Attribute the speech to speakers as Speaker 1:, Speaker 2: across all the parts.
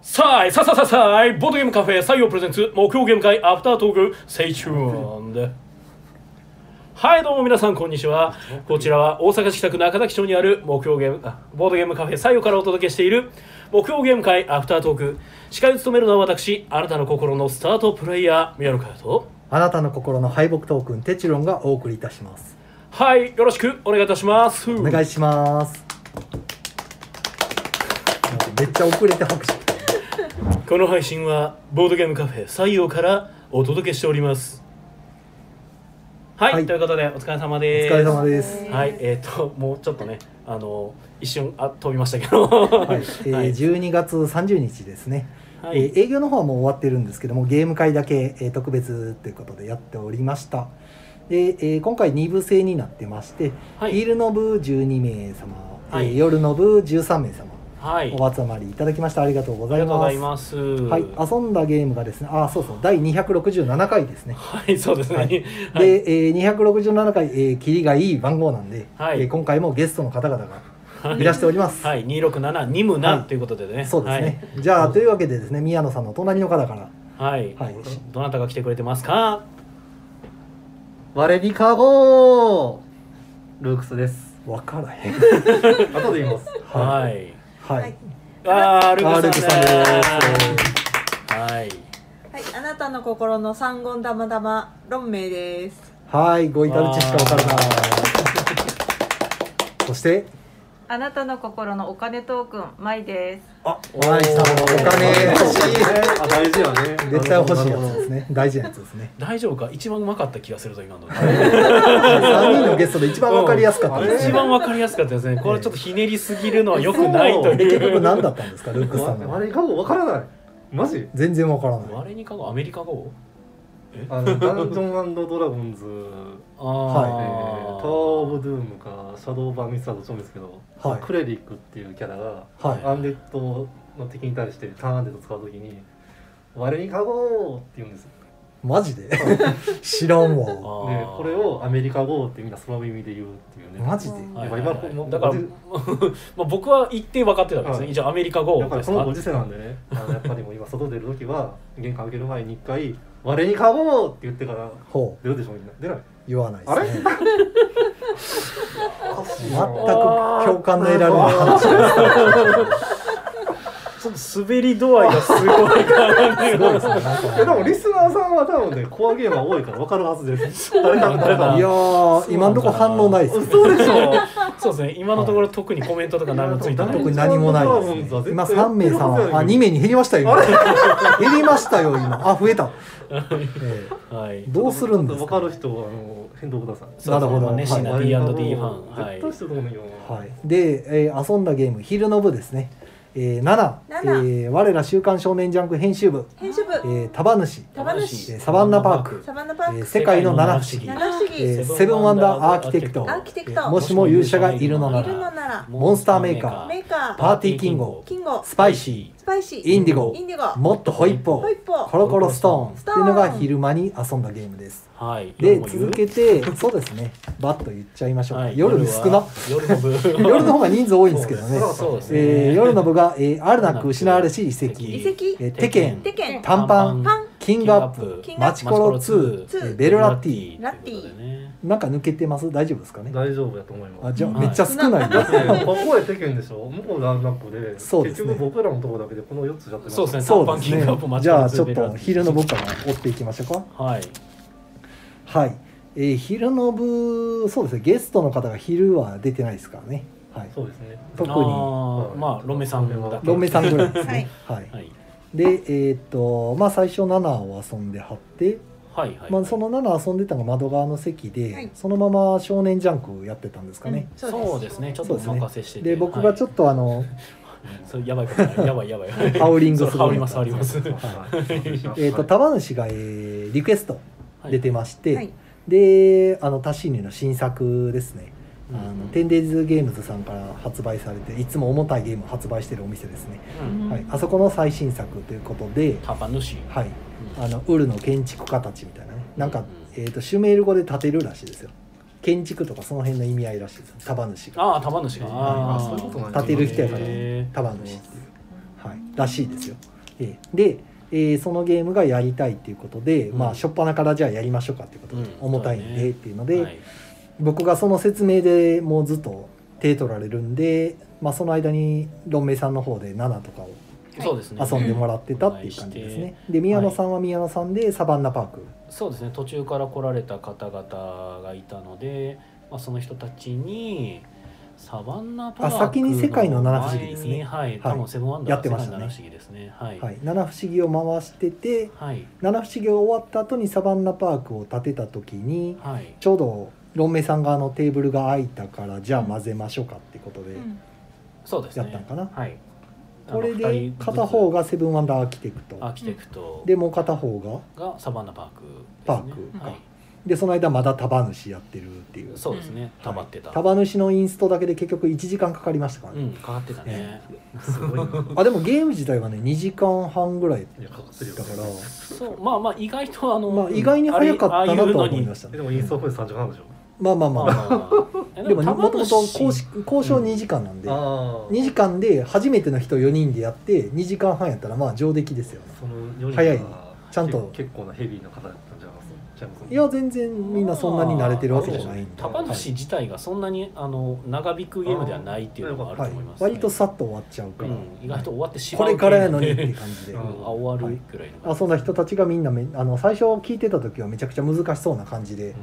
Speaker 1: さあ、さあさあさあさあ、ボードゲームカフェ採用プレゼンツ、目標ゲーム会アフタートーク、セイチューンで。はい、どうも皆さん、こんにちは。こちらは大阪市北区中崎町にある目標ゲーム、あボードゲームカフェ採用からお届けしている、目標ゲーム会アフタートーク。司会を務めるのは私、あなたの心のスタートプレイヤー、宮野佳代と。
Speaker 2: あなたの心の敗北トークンテチロンがお送りいたします
Speaker 1: はい、よろしくお願いいたします。
Speaker 2: お願いしますなんかめっちゃ遅れて拍手
Speaker 1: この配信はボードゲームカフェ採用からお届けしておりますはい、
Speaker 2: はい
Speaker 1: ということでお疲れ様
Speaker 2: お
Speaker 1: です
Speaker 2: 疲れ様です、
Speaker 1: はいえっ、ともうちょっとねあの一瞬あ飛びましたけどは
Speaker 2: はいえー12月30日ですね、
Speaker 1: はい
Speaker 2: えー営業の方はもう終わってるんですけどもゲーム会だけ、えー特別ということでやっておりましたで、えー今回2部制になってまして、
Speaker 1: はい
Speaker 2: 昼の部12名様、
Speaker 1: は
Speaker 2: えー
Speaker 1: い
Speaker 2: 夜の部13名様
Speaker 1: はい
Speaker 2: お集まりいただきましたありがとうご
Speaker 1: あ
Speaker 2: ざ
Speaker 1: り
Speaker 2: い
Speaker 1: がとうご
Speaker 2: ま
Speaker 1: ざ
Speaker 2: す
Speaker 1: います
Speaker 2: はい、遊んだゲームがですね、あ、そうそう、第267回ですね。
Speaker 1: はいそうですね、
Speaker 2: はい
Speaker 1: はい
Speaker 2: で、えー、267回、えー、キリがいい番号なんで、
Speaker 1: はい
Speaker 2: えー今回もゲストの方々
Speaker 1: は
Speaker 2: がいらしております。
Speaker 1: はい267ニムナ
Speaker 2: はい
Speaker 1: ということでね、
Speaker 2: そうですね。じゃあ、というわけでですね、宮野さんの隣の方から、
Speaker 1: はい、は
Speaker 2: はいい、
Speaker 1: どなたが来てくれてますか
Speaker 3: 我にかごルークスです
Speaker 2: わからへん。
Speaker 3: 後で言います
Speaker 1: はい、
Speaker 2: はい。
Speaker 4: はい、
Speaker 1: あール
Speaker 2: あ
Speaker 1: ー
Speaker 2: ール
Speaker 1: ク
Speaker 2: ー
Speaker 1: さ
Speaker 2: ク
Speaker 1: ん
Speaker 2: さんです
Speaker 1: ですはい
Speaker 4: はい、あなたの心の三言玉玉論名です。
Speaker 2: はい、ごいたるちしかわからない
Speaker 1: あ。
Speaker 2: そして、
Speaker 5: あなたの心のお金トークンマイです。
Speaker 2: あ、お前さん、お金欲しい。
Speaker 3: あ大事よね
Speaker 2: 絶対欲しいやつですね。大事なやつですね。
Speaker 1: 大丈夫か一番うまかった気がするぞ今の
Speaker 2: 3人のゲストで一番わかりやすかったで す
Speaker 1: 一
Speaker 2: ね。
Speaker 1: 番わかりやすかったですねこれちょっとひねりすぎるのは良くないと
Speaker 2: で結
Speaker 1: い
Speaker 2: 局
Speaker 1: う
Speaker 2: 何だったんですか、ルックさん
Speaker 3: 我
Speaker 2: の。
Speaker 3: にかごわからないマジ
Speaker 2: 全然わからない。
Speaker 1: 我にかごアメリカ語
Speaker 3: あのダンジョンドラゴンズ
Speaker 1: あー
Speaker 3: えータワー・オブ・ドゥームかシャドー・バー・ミスターどっちもですけど、
Speaker 2: はい
Speaker 3: クレリックっていうキャラが、
Speaker 2: はい
Speaker 3: アンデッドの敵に対してターンアンデッド使うときに「我にかごって言うんですよ
Speaker 2: マジで 知らん
Speaker 1: あ
Speaker 2: わ。
Speaker 3: で
Speaker 1: ー
Speaker 3: これを「アメリカ語ってみんなその耳で言うっていうね
Speaker 2: マジで
Speaker 1: はい
Speaker 3: 今この
Speaker 1: だから、
Speaker 3: で
Speaker 1: まあ、僕は一定分かってたんですね、
Speaker 3: はい
Speaker 1: 一応アメリカ語
Speaker 3: だから
Speaker 1: です
Speaker 3: こ
Speaker 1: か
Speaker 3: のご時世なんでね、あのやっぱりもう今外出るときは 玄関開ける前に一回「我にかごう!」って言ってから
Speaker 2: ほう、
Speaker 3: 出るでしょみんな出ない
Speaker 2: 言わないですね。全く
Speaker 1: あー
Speaker 2: 共感の得られない話
Speaker 1: ちょっと滑り度合いがすごい
Speaker 2: す ごいですね。なん
Speaker 3: いやで
Speaker 2: か
Speaker 3: もリスナーさんは多分ねコアゲームは多いから分かるはずです誰か誰か
Speaker 2: いやー、今んとこ反応ないですね。
Speaker 3: そうでしょ
Speaker 1: そうですね今のところ特にコメントとか何もついてない
Speaker 3: いや
Speaker 2: 特に何もないですね。今3名さんは、あ、2名に減りましたよ、今。 減りましたよ、今。あ、増え た。え
Speaker 1: はい
Speaker 2: え、どうするんです
Speaker 3: 分
Speaker 2: か
Speaker 3: かる人はあの返答ください
Speaker 1: そうですね
Speaker 2: なるほど
Speaker 1: まあ熱心な
Speaker 2: はい
Speaker 1: D&D ファンは
Speaker 3: 絶対してると思うよ
Speaker 2: はい、で、えー遊んだゲーム「昼の部」ですね、えー、7、え
Speaker 4: 七
Speaker 2: ー我ら「週刊少年ジャンク」編集部、
Speaker 4: 編集部、
Speaker 2: えー、束主、
Speaker 4: タバヌシ
Speaker 2: えーサバンナパーク
Speaker 4: サバンナパ
Speaker 2: え
Speaker 4: ー
Speaker 2: ー
Speaker 4: ク、
Speaker 2: 世界の七不思議、
Speaker 4: 七不思議、
Speaker 2: えーセブンワンダーアーキテクト
Speaker 4: アーキテク
Speaker 2: も
Speaker 4: ト、
Speaker 2: しも勇者がいるのない
Speaker 4: るの
Speaker 2: ら
Speaker 4: なら、
Speaker 2: モンスターメーカー
Speaker 4: メーカー、
Speaker 2: パーティーキング
Speaker 4: キンゴ、
Speaker 2: スパイシ
Speaker 4: スパイシー、
Speaker 2: インディゴ
Speaker 4: インディ
Speaker 2: ー
Speaker 4: ゴ、
Speaker 2: もっとホイッポ
Speaker 4: ホイッポ
Speaker 2: コロコロストーンっ
Speaker 4: ス
Speaker 2: て
Speaker 4: トーン
Speaker 2: いうのが昼間に遊んだゲームです
Speaker 1: はい夜
Speaker 2: で
Speaker 1: も言う
Speaker 2: 続けてそうですねバッと言っちゃいましょうか、
Speaker 1: はい
Speaker 2: 夜少な
Speaker 1: 夜は夜の部
Speaker 2: 夜の方が人数多いんですけどね
Speaker 3: そう
Speaker 1: そうですね
Speaker 2: えー夜の部が、えー、あるなく失われし遺跡
Speaker 4: 遺跡、
Speaker 2: えーテケン
Speaker 4: テケン、
Speaker 2: 短パン
Speaker 4: パン
Speaker 2: キングアップ
Speaker 4: キングアッ
Speaker 2: マ
Speaker 4: プ
Speaker 2: チコロ2
Speaker 4: ツー
Speaker 2: えーベルラッティ
Speaker 4: ラッティ
Speaker 2: なんか抜けてます大丈夫ですかね
Speaker 3: 大丈夫やと思います
Speaker 2: あじゃあ
Speaker 1: はい
Speaker 2: めっちゃ少ないです、
Speaker 3: だってここへテケンでしょ向こうランナップで
Speaker 2: そうですね
Speaker 3: 結局僕らのとこだけでこの4つやってます
Speaker 1: そうですね
Speaker 2: そうです
Speaker 1: 短パンキングア
Speaker 2: ね
Speaker 1: ップマ。チ
Speaker 2: じ
Speaker 1: コロ
Speaker 2: ゃあ
Speaker 1: ツー
Speaker 2: ちょっ
Speaker 1: ベルラッ
Speaker 2: と
Speaker 1: ティ
Speaker 2: 昼の僕から追っていきましょうか。
Speaker 1: はい
Speaker 2: はい。えー、昼の部、そうですね。ゲストの方が昼は出てないですからね。はい。
Speaker 3: そうですね
Speaker 2: 特に
Speaker 1: あーまあロメさんだけ
Speaker 2: ロンメさんぐらいです
Speaker 4: はい
Speaker 2: ね。はい。
Speaker 1: はい
Speaker 2: で、えーっと、まあ最初7を遊んではって、
Speaker 1: はいはい
Speaker 2: まあその7遊んでたのが窓側の席で、
Speaker 4: はい
Speaker 2: そのまま少年ジャンクやってたんですかね。
Speaker 1: そうですねちょっとお任せしてて
Speaker 2: で、僕がちょ
Speaker 1: っ
Speaker 2: っとあの、
Speaker 1: とやばいことやばいやば い
Speaker 2: ハウリングする
Speaker 1: そうハウりますハウります
Speaker 2: はい
Speaker 3: はい
Speaker 2: えーっと、玉主が、えーリクエスト出てまして、
Speaker 4: はい、
Speaker 2: であのタシーニの新作ですね、
Speaker 1: うん
Speaker 2: あのテンデイズゲームズさんから発売されていつも重たいゲームを発売してるお店ですね、
Speaker 1: うん
Speaker 2: はい、あそこの最新作ということで、
Speaker 1: タパヌシ
Speaker 2: はい、
Speaker 1: うん
Speaker 2: あのウルの建築家たちみたいなねなん
Speaker 1: う
Speaker 2: か
Speaker 1: ん、
Speaker 2: えー、とシュメール語で建てるらしいですよ建築とかその辺の意味合いらしいです束主が
Speaker 1: ああタパヌシが
Speaker 2: あ
Speaker 3: そういうことなんん
Speaker 1: だ
Speaker 3: だ
Speaker 2: 建てる人やから
Speaker 1: へー
Speaker 2: 束主っていうはい、らしいですよ。ええで、えーそのゲームがやりたいっていうことで、
Speaker 1: うん
Speaker 2: まあ初っ端からじゃあやりましょうかっていうことで、
Speaker 1: うん
Speaker 2: 重たいん
Speaker 1: そうだね
Speaker 2: でっていうので、
Speaker 1: はい
Speaker 2: 僕がその説明でもうずっと手取られるんで、まあ、その間にロンメイさんの方で7とかを
Speaker 1: そうですね
Speaker 2: 遊んでもらってたっていう感じです
Speaker 1: うん
Speaker 2: ね。で宮野さんは宮野さんでサバンナパーク、
Speaker 1: そうですね途中から来られた方々がいたので、まあ、その人たちにサバンナパーク
Speaker 2: あ先に世界の七不思議
Speaker 1: 前に
Speaker 2: ですね
Speaker 1: はい多分セブンワンダー
Speaker 2: やってましたね
Speaker 1: 世界の七不思議ですねはい
Speaker 2: はい、七不思議を回してて
Speaker 1: はい
Speaker 2: 七不思議が終わった後にサバンナパークを建てた時に
Speaker 1: はい
Speaker 2: ちょうどロンメイさん側のテーブルが空いたからじゃあ混ぜましょうかってことで、
Speaker 4: うん
Speaker 1: そうですね
Speaker 2: やったんかな
Speaker 1: はい
Speaker 2: これ
Speaker 1: あの
Speaker 2: で
Speaker 1: 二人ずつ
Speaker 2: 片方がセブンワンダーアーキテク
Speaker 1: アー
Speaker 2: ト
Speaker 1: キテクト
Speaker 2: でもう片方が
Speaker 1: がサバンナパークですね
Speaker 2: パークか
Speaker 1: はい
Speaker 2: でその間まだ束主やってるっていう
Speaker 1: そうですねたまってた
Speaker 2: 束主のインストだけで結局1時間かかりましたから
Speaker 1: う
Speaker 2: ね、
Speaker 1: んかかってたね
Speaker 3: すごいな。
Speaker 2: あでもゲーム自体はね2時間半ぐらい
Speaker 3: いや、かかってる
Speaker 2: だ
Speaker 3: よ。
Speaker 2: から
Speaker 1: そうまあまあ意外とあの
Speaker 2: まあ意外に早かったなとは思いま
Speaker 1: し
Speaker 2: した
Speaker 3: え
Speaker 2: ね
Speaker 3: でも、インストー分3時間でしょ。
Speaker 2: まあまあまあ、で
Speaker 1: で
Speaker 2: も
Speaker 1: も
Speaker 2: ねもともと
Speaker 1: 公
Speaker 2: 交
Speaker 1: 式
Speaker 2: 渉交渉2時間なんで、
Speaker 3: ああ。
Speaker 2: 2時間で初めての人4人でやって2時間半やったらまあ上出来ですよね
Speaker 3: その4人
Speaker 2: 早い
Speaker 3: は
Speaker 2: ちゃんと
Speaker 3: け結構なヘビーな方だったんじゃないですか。ちゃいます
Speaker 2: いや全然みんなそんなに慣れてるわけじゃないんで、
Speaker 3: あー
Speaker 1: 高主自体がそんなにあの長引くゲームではないっていうのもあると
Speaker 2: はい
Speaker 1: 思います、
Speaker 2: 割とさっと終わっちゃう
Speaker 1: う
Speaker 2: から、
Speaker 1: ん、意外と終わってしま
Speaker 2: こ
Speaker 1: う
Speaker 2: れからやのにっていう
Speaker 1: う
Speaker 2: 感じで
Speaker 3: うん
Speaker 1: んあ終わるくらいの感じ
Speaker 2: 遊んだ人たちがみんなめあの最初聞いてた時はめちゃくちゃ難しそうな感じで、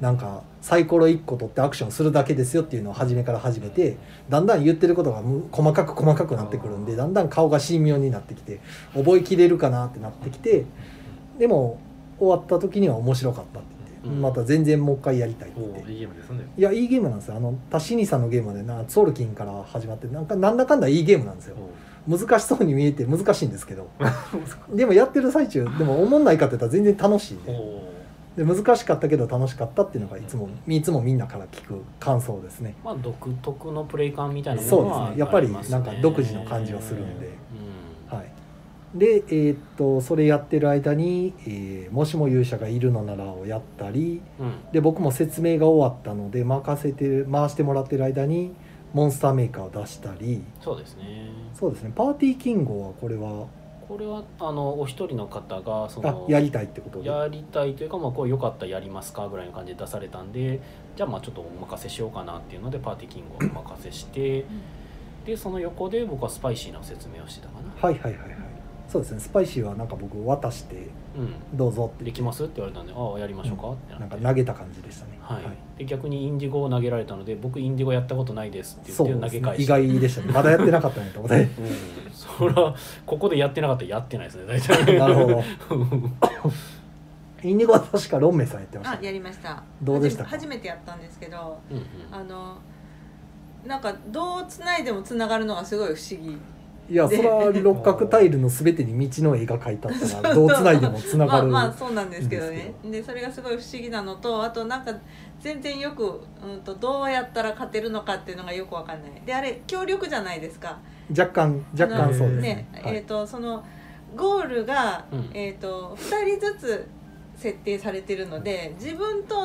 Speaker 2: なんかサイコロ1個取ってアクションするだけですよっていうのを初めから始めてだんだん言ってることがむ細かく細かくなってくるんでだんだん顔が神妙になってきて覚えきれるかなってなってきてでも終わった時には面白かったって言って
Speaker 1: うん
Speaker 2: また全然もう一回やりたいって言っ
Speaker 3: お
Speaker 2: て。
Speaker 3: いいゲームですね。
Speaker 2: いやいいゲームなんですよあのタシニさんのゲームでなソウルキンから始まってなんかなんだかんだいいゲームなんですよ難しそうに見えて難しいんですけどでもやってる最中でも思んないかって言ったら全然楽しいん
Speaker 3: お
Speaker 2: で
Speaker 3: お。
Speaker 2: で難しかったけど楽しかったっていうのがいつもいつもみんなから聞く感想ですね
Speaker 1: まあ独特のプレイ感みたいなも
Speaker 2: そう
Speaker 1: の
Speaker 2: です
Speaker 1: は
Speaker 2: ねやっぱり
Speaker 1: あます
Speaker 2: なんか独自の感じは
Speaker 1: は
Speaker 2: するんで、
Speaker 1: うん
Speaker 2: はいでえーっとそれやってる間に、えーもしも勇者がいるのなら」をやったり
Speaker 1: うん
Speaker 2: で僕も説明が終わったので任せて回してもらってる間にモンスターメーカーを出したり
Speaker 1: そうですね
Speaker 2: そうですねパーティーキングはこれは
Speaker 1: これはあのお一人の方がそ
Speaker 2: あ
Speaker 1: の
Speaker 2: やりたいってことで
Speaker 1: やりたいというか、まあ、こうよかったらやりますかぐらいの感じで出されたんでじゃあまあちょっとお任せしようかなっていうのでパーティーキングをお任せしてでその横で僕はスパイシーな説明をしてたかな、
Speaker 2: はいはいはいはいそうですねスパイシーはなんか僕渡して
Speaker 1: うん、
Speaker 2: どうぞって
Speaker 1: できますって言われたんでああやりましょうかって
Speaker 2: な
Speaker 1: なっ
Speaker 2: ん
Speaker 1: て
Speaker 2: か投げた感じでしたね
Speaker 1: はいで逆にインディゴを投げられたので僕インディゴやったことないですって
Speaker 2: そ
Speaker 1: 言
Speaker 2: う
Speaker 1: って投
Speaker 2: です
Speaker 1: げ
Speaker 2: ね
Speaker 1: 返して、
Speaker 2: 意外でした ねまだやってなかったねと思って
Speaker 1: うん、それはここでやってなかったらやってないですね大体
Speaker 2: なるほど
Speaker 1: うん
Speaker 2: インディゴは確かロンメイさんやってました
Speaker 4: あ
Speaker 2: ね
Speaker 4: やりました
Speaker 2: どうでしたか
Speaker 4: 初め初めてやったんですけど
Speaker 1: うん
Speaker 4: あのなんかどうつないでもつながるのがすごい不思議
Speaker 2: いやそれは六角タイルの全てに道の絵が描いてあったらどうつないでもつながる
Speaker 4: まあまあそうなんですけどね
Speaker 2: です
Speaker 4: でそれがすごい不思議なのとあとなんか全然よく、うん、とどうやったら勝てるのかっていうのがよくわかんないであれ協力じゃないですか
Speaker 2: 若干若干そうですね
Speaker 4: ね
Speaker 2: はい
Speaker 4: えっ、とそのゴールが、
Speaker 1: うん
Speaker 4: えっ、と2人ずつ設定されてるので自分と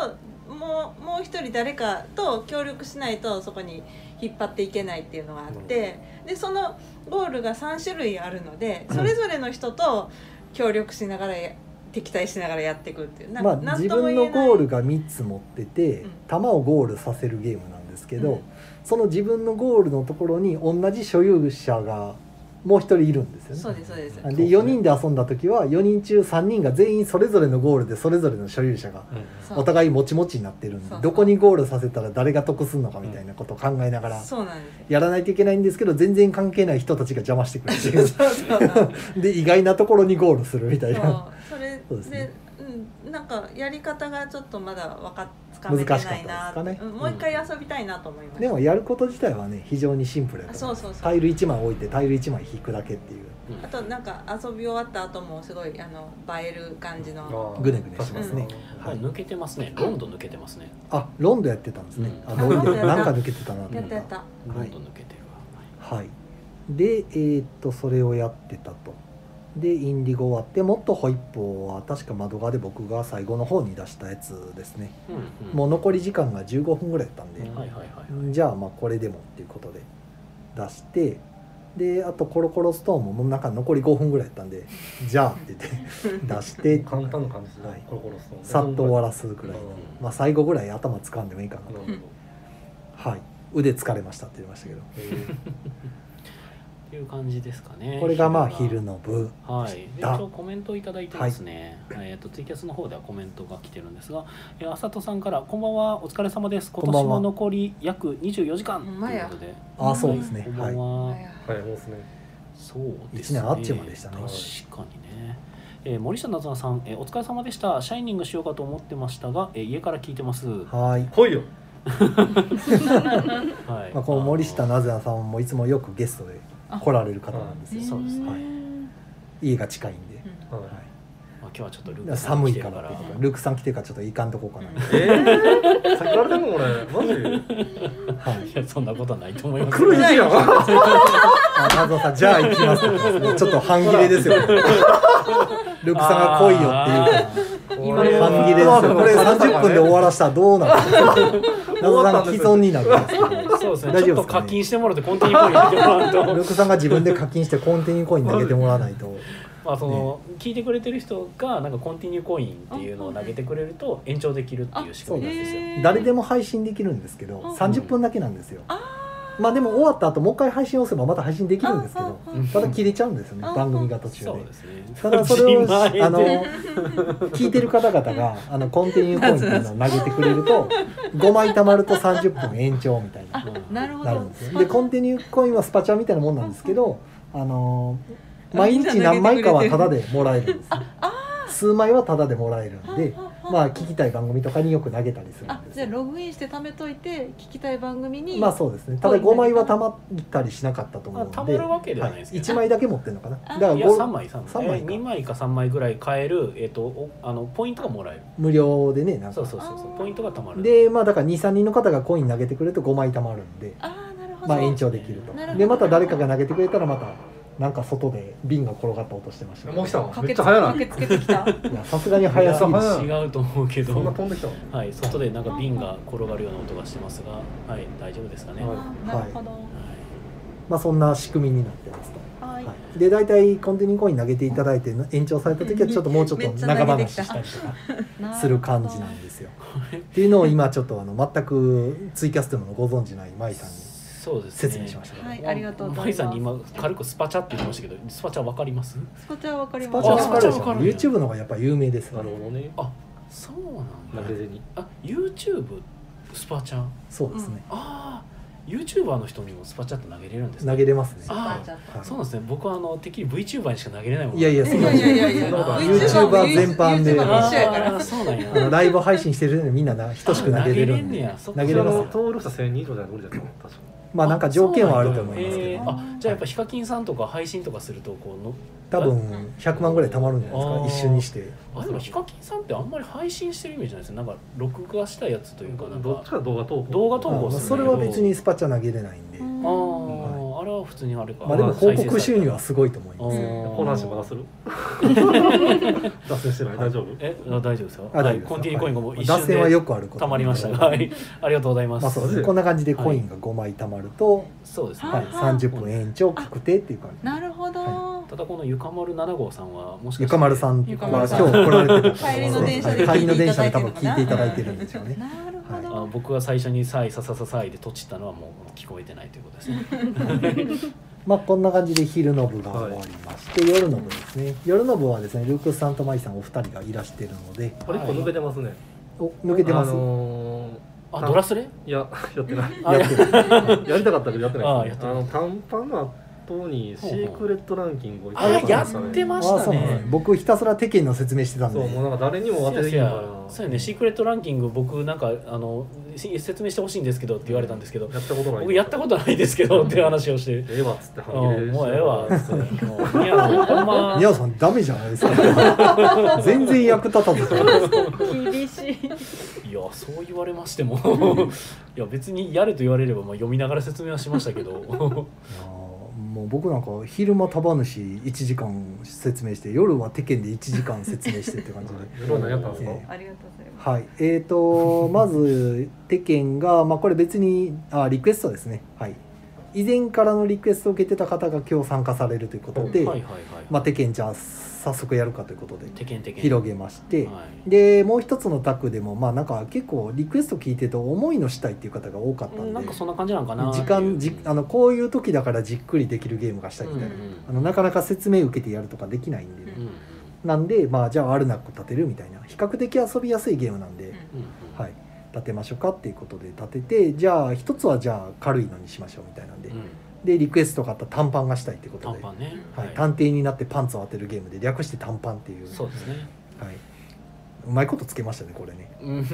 Speaker 4: もうもう一人誰かと協力しないとそこに引っ張っていけないっていうのがあって、でそのゴールが3種類あるのでそれぞれの人と協力しながらや敵対しながらやっていくっていうな
Speaker 2: まあ
Speaker 4: なん
Speaker 2: 自
Speaker 4: とも
Speaker 2: 分
Speaker 4: 言
Speaker 2: の
Speaker 4: えない
Speaker 2: ゴールが3つ持ってて
Speaker 4: うん
Speaker 2: 弾をゴールさせるゲームなんですけど、
Speaker 4: うん
Speaker 2: その自分のゴールのところに同じ所有者がもう1人いるんですよね。
Speaker 4: そうですそうです
Speaker 2: で4人で遊んだ時は4人中3人が全員それぞれのゴールでそれぞれの所有者が
Speaker 4: そう
Speaker 2: お互いもちもちになってるんで
Speaker 4: そう
Speaker 2: どこにゴールさせたら誰が得すんのかみたいなことを考えながら
Speaker 4: そうなんですよ
Speaker 2: やらないといけないんですけど全然関係ない人たちが邪魔してくれてる
Speaker 4: そうそう そう
Speaker 2: で意外なところにゴールするみたいな
Speaker 4: そうそれ
Speaker 2: そうで
Speaker 4: で
Speaker 2: すね
Speaker 4: うん、なんかやり方がちょっとまだわかつかめてないな
Speaker 2: 難しかったですかね
Speaker 4: うんもう一回遊びたいなと思いました、
Speaker 2: でもやること自体はね非常にシンプルや
Speaker 4: あ
Speaker 2: と
Speaker 4: そうそうそ
Speaker 2: タ
Speaker 4: う
Speaker 2: イル1枚置いてタイル1枚引くだけっていう
Speaker 1: うん
Speaker 4: あとなんか遊び終わった後もすごいあの映える感じの
Speaker 2: ぐねぐねしますね
Speaker 1: はい、抜けてますねロンドン抜けてますね
Speaker 2: あロンドやってたんですね、
Speaker 1: うん
Speaker 2: あロンド
Speaker 4: ロンドやった
Speaker 2: なんか抜けてたなと
Speaker 4: や
Speaker 2: 思
Speaker 4: っ
Speaker 2: った
Speaker 4: やった
Speaker 1: ロ
Speaker 2: は
Speaker 1: ン
Speaker 2: い
Speaker 1: ドン抜けてるわ、はい
Speaker 2: はい、でえーっとそれをやってたとでインディゴ終わってもっとホイップは確か窓側で僕が最後の方に出したやつですね、
Speaker 1: うんうん
Speaker 2: もう残り時間が15分ぐらいやったんで、
Speaker 1: はいはいはい
Speaker 2: じゃあまあこれでもっていうことで出してであとコロコロストーンももうなんか残り5分ぐらいやったんで「じゃあ」って言って出して
Speaker 3: 簡単な感じですね、
Speaker 2: はい
Speaker 3: コロコロストーン
Speaker 2: さっと終わらすくらい
Speaker 3: うん
Speaker 2: まあ最後ぐらい頭掴んでもいいかな
Speaker 3: なる
Speaker 2: と
Speaker 3: ほど
Speaker 2: はい腕疲れましたって言いましたけど
Speaker 3: えー
Speaker 1: っていう感じですかね
Speaker 2: これがまあ昼の部
Speaker 1: はい、で一
Speaker 2: だ
Speaker 1: 応コメントをいただいてですね、えー、とツイキャスの方ではコメントが来てるんですが、えー、あさとさんから「こんばんはお疲れ様です今
Speaker 2: んばんは
Speaker 1: 年も残り約24時間」と
Speaker 4: ほんま
Speaker 1: いう
Speaker 4: や
Speaker 1: ことで
Speaker 2: ああそうですね
Speaker 1: こんば
Speaker 2: はい
Speaker 1: んは、
Speaker 4: はい
Speaker 3: 早いもんですね
Speaker 1: そうです
Speaker 2: 一年あっちゅう間でしたね
Speaker 1: 確かにね、えー森下夏菜さん、えーお疲れ様でしたシャイニングしようかと思ってましたが、えー家から聞いてます」は
Speaker 2: はい
Speaker 3: 来いよ
Speaker 1: い
Speaker 2: まあこの森下
Speaker 1: あの
Speaker 2: なぜなさんもいつもよくゲストで来られる方なんですよ
Speaker 1: そうですね
Speaker 2: はい家が近いんで、
Speaker 4: うん
Speaker 3: はい
Speaker 2: は
Speaker 1: まあ今日はちょっとル
Speaker 2: い
Speaker 1: ークさん来
Speaker 2: 寒い
Speaker 1: て
Speaker 2: か
Speaker 1: る
Speaker 2: ら
Speaker 1: から
Speaker 2: ルークさん来てからちょっといかんとこかな、
Speaker 3: え ー、さっきからでもこれマジ
Speaker 2: はい
Speaker 1: いやそんなことはないと思い ます
Speaker 3: 来るじゃん
Speaker 2: あ謎のさんじゃあ行きますって言いますねちょっと半切れですよルークさんが来いよって言う
Speaker 3: これ
Speaker 2: か
Speaker 5: 今
Speaker 2: ら
Speaker 5: の
Speaker 2: 半切れですよこれ30分で終わら
Speaker 3: し
Speaker 2: せたらどうなるの謎さんが既存になるんですけど
Speaker 1: そうですね
Speaker 2: 大
Speaker 1: ち
Speaker 2: 丈
Speaker 1: ょっと
Speaker 2: 夫ですか
Speaker 1: 課
Speaker 2: ね
Speaker 1: 金してもらってコンティニューコイン入れてもらうと
Speaker 2: ルークさんが自分で課金してコンティニューコイン投げてもらわないと
Speaker 1: まあその聞いてくれてる人がなんかコンティニューコインっていうのを投げてくれると延長できるっていう仕組みなんですよ。
Speaker 2: 誰で
Speaker 4: も
Speaker 2: も配信できるんですけど
Speaker 4: うん
Speaker 2: 30分だけなんですよまあでも終わった後もう一回配信を押せばまた配信できるんですけどただ切れちゃうんですよね
Speaker 4: うん
Speaker 2: 番組が途中
Speaker 1: そう
Speaker 2: で
Speaker 1: ですね。
Speaker 2: ただそれを
Speaker 1: 自前で
Speaker 2: あの聞いてる方々があのコンティニューコインっていうのを投げてくれると5枚貯まると30分延長みたいな
Speaker 1: うん
Speaker 4: なるほ
Speaker 2: なる
Speaker 4: ど
Speaker 2: んですよでコンティニューコインはスパチャみたいなもんなんですけどあの毎日何枚かはタダでもらえるんですよ数枚はタダでもらえるんでまあ聞きたい番組とかによく投げたりする
Speaker 4: あ
Speaker 2: んです
Speaker 4: じゃあ
Speaker 2: よ
Speaker 4: ログインして貯めといて聞きたい番組に
Speaker 2: まあそうですねただ5枚はたまったりしなかったと思うので、
Speaker 1: まあ貯まるわけではないですけど
Speaker 2: 1枚だけ持ってるのかなだから
Speaker 1: いや
Speaker 2: ご
Speaker 1: 三枚三枚。
Speaker 2: 三枚か
Speaker 1: えー二枚か三枚ぐらい買えるえっ、とおあのポイントがもらえる。
Speaker 2: 無料でねなん
Speaker 1: そ
Speaker 2: か
Speaker 1: うそうそうそうポイントが貯まる。
Speaker 2: でまあだから23人の方がコイン投げてくれると5枚貯まるんで
Speaker 4: あーなるほど、
Speaker 2: まあ延長できると
Speaker 4: なるほど
Speaker 2: でまた誰かが投げてくれたらまたなんか外で瓶が転がった音してました
Speaker 3: もう来たわめ
Speaker 5: 駆
Speaker 3: っ
Speaker 5: け
Speaker 3: ちゃ
Speaker 5: つ
Speaker 3: 早ない
Speaker 5: 駆けつけて きた。
Speaker 2: いやさすがに早すぎる
Speaker 3: いや早い
Speaker 1: 違うと思うけ
Speaker 3: そんな
Speaker 1: ど。
Speaker 3: 飛んできたわ
Speaker 1: はい外でなんか瓶が転がるような音がしてますが、はい大丈夫ですかね。
Speaker 3: は
Speaker 1: はいい。
Speaker 5: あなるほど。
Speaker 2: まあそんな仕組みになってますと、
Speaker 5: はい。
Speaker 2: はい、で大体コンティニューコイン投げていただいて延長された時はちょっともうちょっと
Speaker 4: めっちゃ
Speaker 2: 長
Speaker 4: 投げ
Speaker 2: 話
Speaker 4: てき
Speaker 2: し
Speaker 4: た
Speaker 2: たりとか
Speaker 5: なるほど
Speaker 2: する感じなんですよ。っていうのを今ちょっとあの全くツイキャスでもご存じない舞さんに
Speaker 1: そうですね。
Speaker 2: 説明しましたけど、
Speaker 5: はいありがとうございます
Speaker 1: マイさんに今軽くスパチャって言いましたけど、スパチャわかります？
Speaker 4: スパチャはわかり
Speaker 2: ス
Speaker 4: ま
Speaker 2: パ
Speaker 4: す
Speaker 2: チャわかるでし
Speaker 1: スパチャ
Speaker 2: ょ
Speaker 1: わかる
Speaker 2: YouTube の方がやっぱ有名です
Speaker 3: な
Speaker 2: よ
Speaker 3: る
Speaker 2: ね
Speaker 3: ほどね
Speaker 1: あそうなんだ
Speaker 3: な。ぜに
Speaker 1: あ YouTube スパチャ
Speaker 2: そうですね、
Speaker 1: ああ YouTuber の人にもスパチャって投げれるんですね
Speaker 2: 投げれますね
Speaker 1: あ
Speaker 5: スパチャ
Speaker 2: はい
Speaker 1: そうなんですね僕はあのてっきり VTuber にしか投げれないもん
Speaker 2: いやいや
Speaker 4: い
Speaker 2: そんな
Speaker 4: や
Speaker 2: こと
Speaker 4: い
Speaker 2: な
Speaker 4: やいや
Speaker 2: い
Speaker 4: いや
Speaker 2: YouTuber 全般で
Speaker 4: YouTuber も
Speaker 1: あ
Speaker 4: 一緒やから
Speaker 1: ーそうなんや
Speaker 2: あのライブ配信してるんでみんなな等しく投げれる
Speaker 1: あ投げ
Speaker 2: ん
Speaker 1: れんね
Speaker 2: で
Speaker 1: やそっ
Speaker 2: 投
Speaker 1: か
Speaker 2: げれますよ
Speaker 3: 登録者1000人以上じゃ無理だと思う確か
Speaker 2: まあなんか条件はあると思いますけ
Speaker 1: あ
Speaker 2: ど
Speaker 1: そうなんやへーあじゃあやっぱヒカキンさんとか配信とかするとこうの
Speaker 2: 多分100万ぐらい貯まるんじゃないです
Speaker 1: あー
Speaker 2: か一瞬にして
Speaker 1: あでもヒカキンさんってあんまり配信してるイメージないですねなんか録画したやつというかなん
Speaker 3: にどっ
Speaker 1: か
Speaker 3: ちか動画投稿
Speaker 1: 動画投
Speaker 2: まあ
Speaker 1: 稿
Speaker 2: まあ
Speaker 1: する
Speaker 2: それは別にスパチャ投げれないんで
Speaker 1: ああ、あれは普通にあれか
Speaker 2: まあでも広告収入はすごいと思い
Speaker 1: あ
Speaker 2: ます
Speaker 1: ー
Speaker 3: この話まだする脱線してない大丈夫
Speaker 1: えあ大丈夫ですよ
Speaker 2: あ大丈夫です
Speaker 1: コンティニューコインがもう一
Speaker 2: 脱
Speaker 1: 瞬で
Speaker 2: 線はよくあること
Speaker 1: たまりましたが、はい、ありがとうございます。
Speaker 2: まあそう ですねこんな感じでコインが5枚貯まると、
Speaker 1: そうですね。
Speaker 2: はい、30分延長確定っていう感じ
Speaker 4: なるほど、
Speaker 1: ただこのゆかまる7号さんはもしかして
Speaker 2: ゆかまるさん
Speaker 4: ゆ
Speaker 2: は
Speaker 4: か
Speaker 2: 今日
Speaker 4: まるさん
Speaker 2: 来られてた
Speaker 4: 帰りの電車で
Speaker 2: はい帰りの電車で多分聞
Speaker 4: 聞
Speaker 2: い
Speaker 4: い
Speaker 2: て
Speaker 4: て
Speaker 2: い
Speaker 4: い
Speaker 2: た
Speaker 4: た
Speaker 2: だ
Speaker 4: だ
Speaker 2: い
Speaker 4: い
Speaker 2: て
Speaker 4: て
Speaker 2: る
Speaker 4: る
Speaker 2: ん
Speaker 4: のかな
Speaker 2: でしょうね
Speaker 4: なるほど、
Speaker 1: あ僕が最初にサイササササイでとちったのはもう聞こえてないということです ね。
Speaker 2: まあこんな感じで昼の部が終わりまして、夜の部ですね夜の部はですねルークスさんとマイさんお二人がいらしてるので
Speaker 3: これ結構抜けてますね
Speaker 2: お抜けてます、
Speaker 3: あのー
Speaker 1: あドラスレ？
Speaker 3: いややってない
Speaker 1: あ
Speaker 2: やってる
Speaker 3: やりたかったけどやって
Speaker 1: あ
Speaker 3: な
Speaker 1: ーや
Speaker 3: いで
Speaker 1: っ
Speaker 3: す
Speaker 1: て
Speaker 3: あ
Speaker 1: ない
Speaker 3: の短パンの後にシークレットランキングを
Speaker 1: あ
Speaker 2: や
Speaker 1: やって
Speaker 3: す
Speaker 1: まし
Speaker 2: ああ
Speaker 1: た
Speaker 2: そうなんです
Speaker 1: ね
Speaker 2: ね。僕ひたすらテケンの説明してたんで
Speaker 3: そうもうなんか誰にも当ててき
Speaker 1: せ
Speaker 3: へん
Speaker 1: や
Speaker 3: から
Speaker 1: そうやねシークレットランキング僕なんかあのし説明してほしいんですけどって言われたんですけど
Speaker 3: やったことない
Speaker 1: 僕やったことないですけどっていう話をして。
Speaker 3: ええわっつって
Speaker 1: う
Speaker 3: 半
Speaker 1: ん
Speaker 3: 切れ
Speaker 1: もうええわっつってもういやもうほんま
Speaker 2: 宮尾さんダメじゃないです か全然役立たず
Speaker 5: 厳しい。
Speaker 1: いやそう言われましてもいや別にやれと言われればまあ読みながら説明はしましたけど
Speaker 2: いやーもう僕なんか昼間束主1時間説明して夜は手剣で1時間説明してって感じで
Speaker 3: いろんなやったんですか
Speaker 2: ええ
Speaker 5: ありがとうございます。
Speaker 2: はいえー、 とまず手剣が、まあ、これ別にあリクエストですねはい以前からのリクエストを受けてた方が今日参加されるということで、
Speaker 1: はいはいはいはい、
Speaker 2: まあ、テケンちゃん早速やるかということで
Speaker 1: てけんてけん
Speaker 2: 広げまして、
Speaker 1: はい
Speaker 2: でもう一つのタッグでもまあなんか結構リクエスト聞いてると重いのしたいっていう方が多かったんで
Speaker 1: なんかそんな感じなんかな
Speaker 2: 時間じあ
Speaker 1: の
Speaker 2: のこういう時だからじっくりできるゲームがしたいみたいな、あのなかなか説明受けてやるとかできないんで、ね
Speaker 1: うんうん
Speaker 2: なんでまあじゃあアルナック立てるみたいな比較的遊びやすいゲームなんで、
Speaker 1: うんうん
Speaker 2: はい立てましょうかっていうことで立ててじゃあ一つはじゃあ軽いのにしましょうみたいなんで、
Speaker 1: うん
Speaker 2: でリクエストがあった短パンがしたいってこと
Speaker 1: 短
Speaker 2: で
Speaker 1: パンね
Speaker 2: はい、探偵になってパンツを当てるゲームで略して短パンっていう
Speaker 1: そうですね
Speaker 2: はい、うまいことつけましたねこれね、
Speaker 1: うん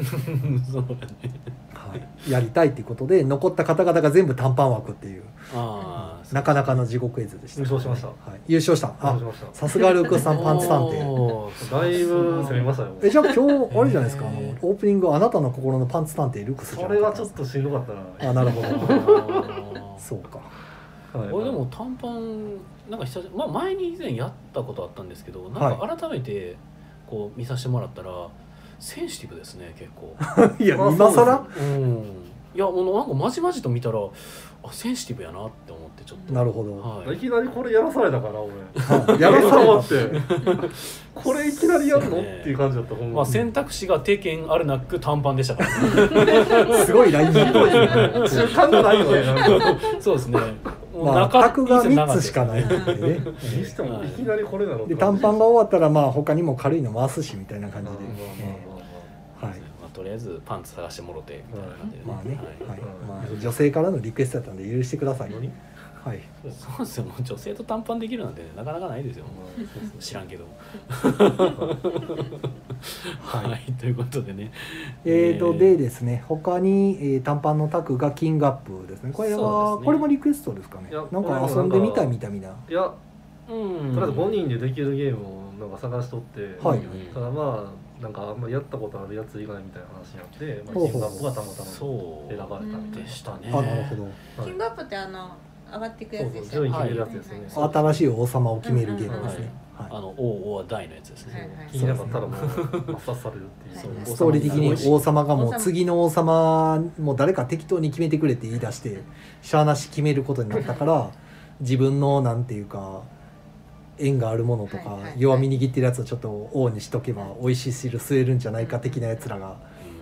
Speaker 1: そうだね
Speaker 2: はい、やりたいっていうことで残った方々が全部短パン枠っていう
Speaker 1: あ あ
Speaker 2: なかなかの地獄絵図でした
Speaker 3: 優勝しました
Speaker 2: はい、優勝した
Speaker 3: あ
Speaker 2: あさすがルークスさんパンツ探偵
Speaker 3: だいぶ攻めましたよ
Speaker 2: えじゃあ今日あれじゃないですか、
Speaker 1: へー
Speaker 2: あのオープニングあなたの心のパンツ探偵ルークスじゃ
Speaker 3: そ
Speaker 2: な
Speaker 3: れ
Speaker 2: か
Speaker 3: は
Speaker 2: ったで
Speaker 3: ちょっ
Speaker 2: すか
Speaker 3: としんどかったな
Speaker 2: あなるほど
Speaker 1: ど
Speaker 2: そうか
Speaker 3: はい
Speaker 1: 俺でも短パンなんか久々まあ前に以前やったことあったんですけどなんか改めてこう見させてもらったらセンシティブですね結構
Speaker 2: いや
Speaker 3: あ
Speaker 2: 今
Speaker 3: そう
Speaker 2: 更
Speaker 1: うんいやもうなんかまじまじと見たらあセンシティブやなって思ってちょっと
Speaker 2: なるほど、
Speaker 1: はいい
Speaker 3: きなりこれやらされたから俺
Speaker 2: はいやらされた
Speaker 3: されたって これいきなりやるのっていう感じだったほん
Speaker 1: まあ
Speaker 3: ま
Speaker 1: 選択肢が定見あるなく短パンでしたからね
Speaker 2: すごいラインナップ
Speaker 3: 中間がないよねなんか
Speaker 1: そうですねもう
Speaker 2: まあ
Speaker 1: 中
Speaker 2: 卓が
Speaker 1: いつ中
Speaker 2: 3
Speaker 1: で
Speaker 2: つしかないのでね
Speaker 3: にしてもいきなりこれなの
Speaker 2: で短パンが終わったらまあ他にも軽いの回すしみたいな感じで、ええはい
Speaker 1: まあ、とりあえずパンツ探してもろてみたいな感じで、
Speaker 2: まあね、はい
Speaker 3: うん
Speaker 2: まあ、女性からのリクエストだったんで許してください、はい、
Speaker 1: そうですよもう女性と短パンできるなんてね、なかなかないですよ知らんけ どはい、ということでね
Speaker 2: えーと
Speaker 1: えー
Speaker 2: でですね他に、えー短パンのタクがキングアップですねこれ
Speaker 1: そう
Speaker 2: は、
Speaker 1: ですね
Speaker 2: これもリクエストですかね
Speaker 3: いや
Speaker 2: なんか
Speaker 3: これ
Speaker 2: 遊
Speaker 3: もなんん
Speaker 2: でみ
Speaker 3: か
Speaker 2: たいみたいみたいない
Speaker 3: や
Speaker 1: うん
Speaker 3: とりあえず5人でできるゲームをなんか探しとって、
Speaker 2: はい
Speaker 3: ただまあなんかあんまりやったことあるやつ以外みたいな話になって、まあ、
Speaker 2: ほう
Speaker 3: キ
Speaker 2: ほ
Speaker 3: ン
Speaker 2: う
Speaker 3: グアップがたまたま選
Speaker 1: そう
Speaker 3: ばれたみ
Speaker 1: で
Speaker 3: たいな
Speaker 1: したね
Speaker 2: あなるほど、
Speaker 3: はい
Speaker 4: キングアップってあの上がっていくやつでした
Speaker 3: そうそう順
Speaker 1: 位決める
Speaker 3: やつですよね
Speaker 4: はい
Speaker 2: 新しい王様を決めるゲームですね、はい
Speaker 1: あの王は大のやつですね、
Speaker 4: はいはい
Speaker 3: 気になかったらもう抹殺されるっていう
Speaker 4: そう
Speaker 2: ストーリー的に王様がも
Speaker 4: 王
Speaker 2: う
Speaker 4: 様
Speaker 2: 次の王様もう誰か適当に決めてくれって言い出してしゃあなし決めることになったから自分のなんていうか縁があるものと
Speaker 4: は
Speaker 2: か
Speaker 4: いはいはい
Speaker 2: 弱み握ってるやつをちょっと王にしとけば美味しい汁吸えるんじゃないか的なやつらが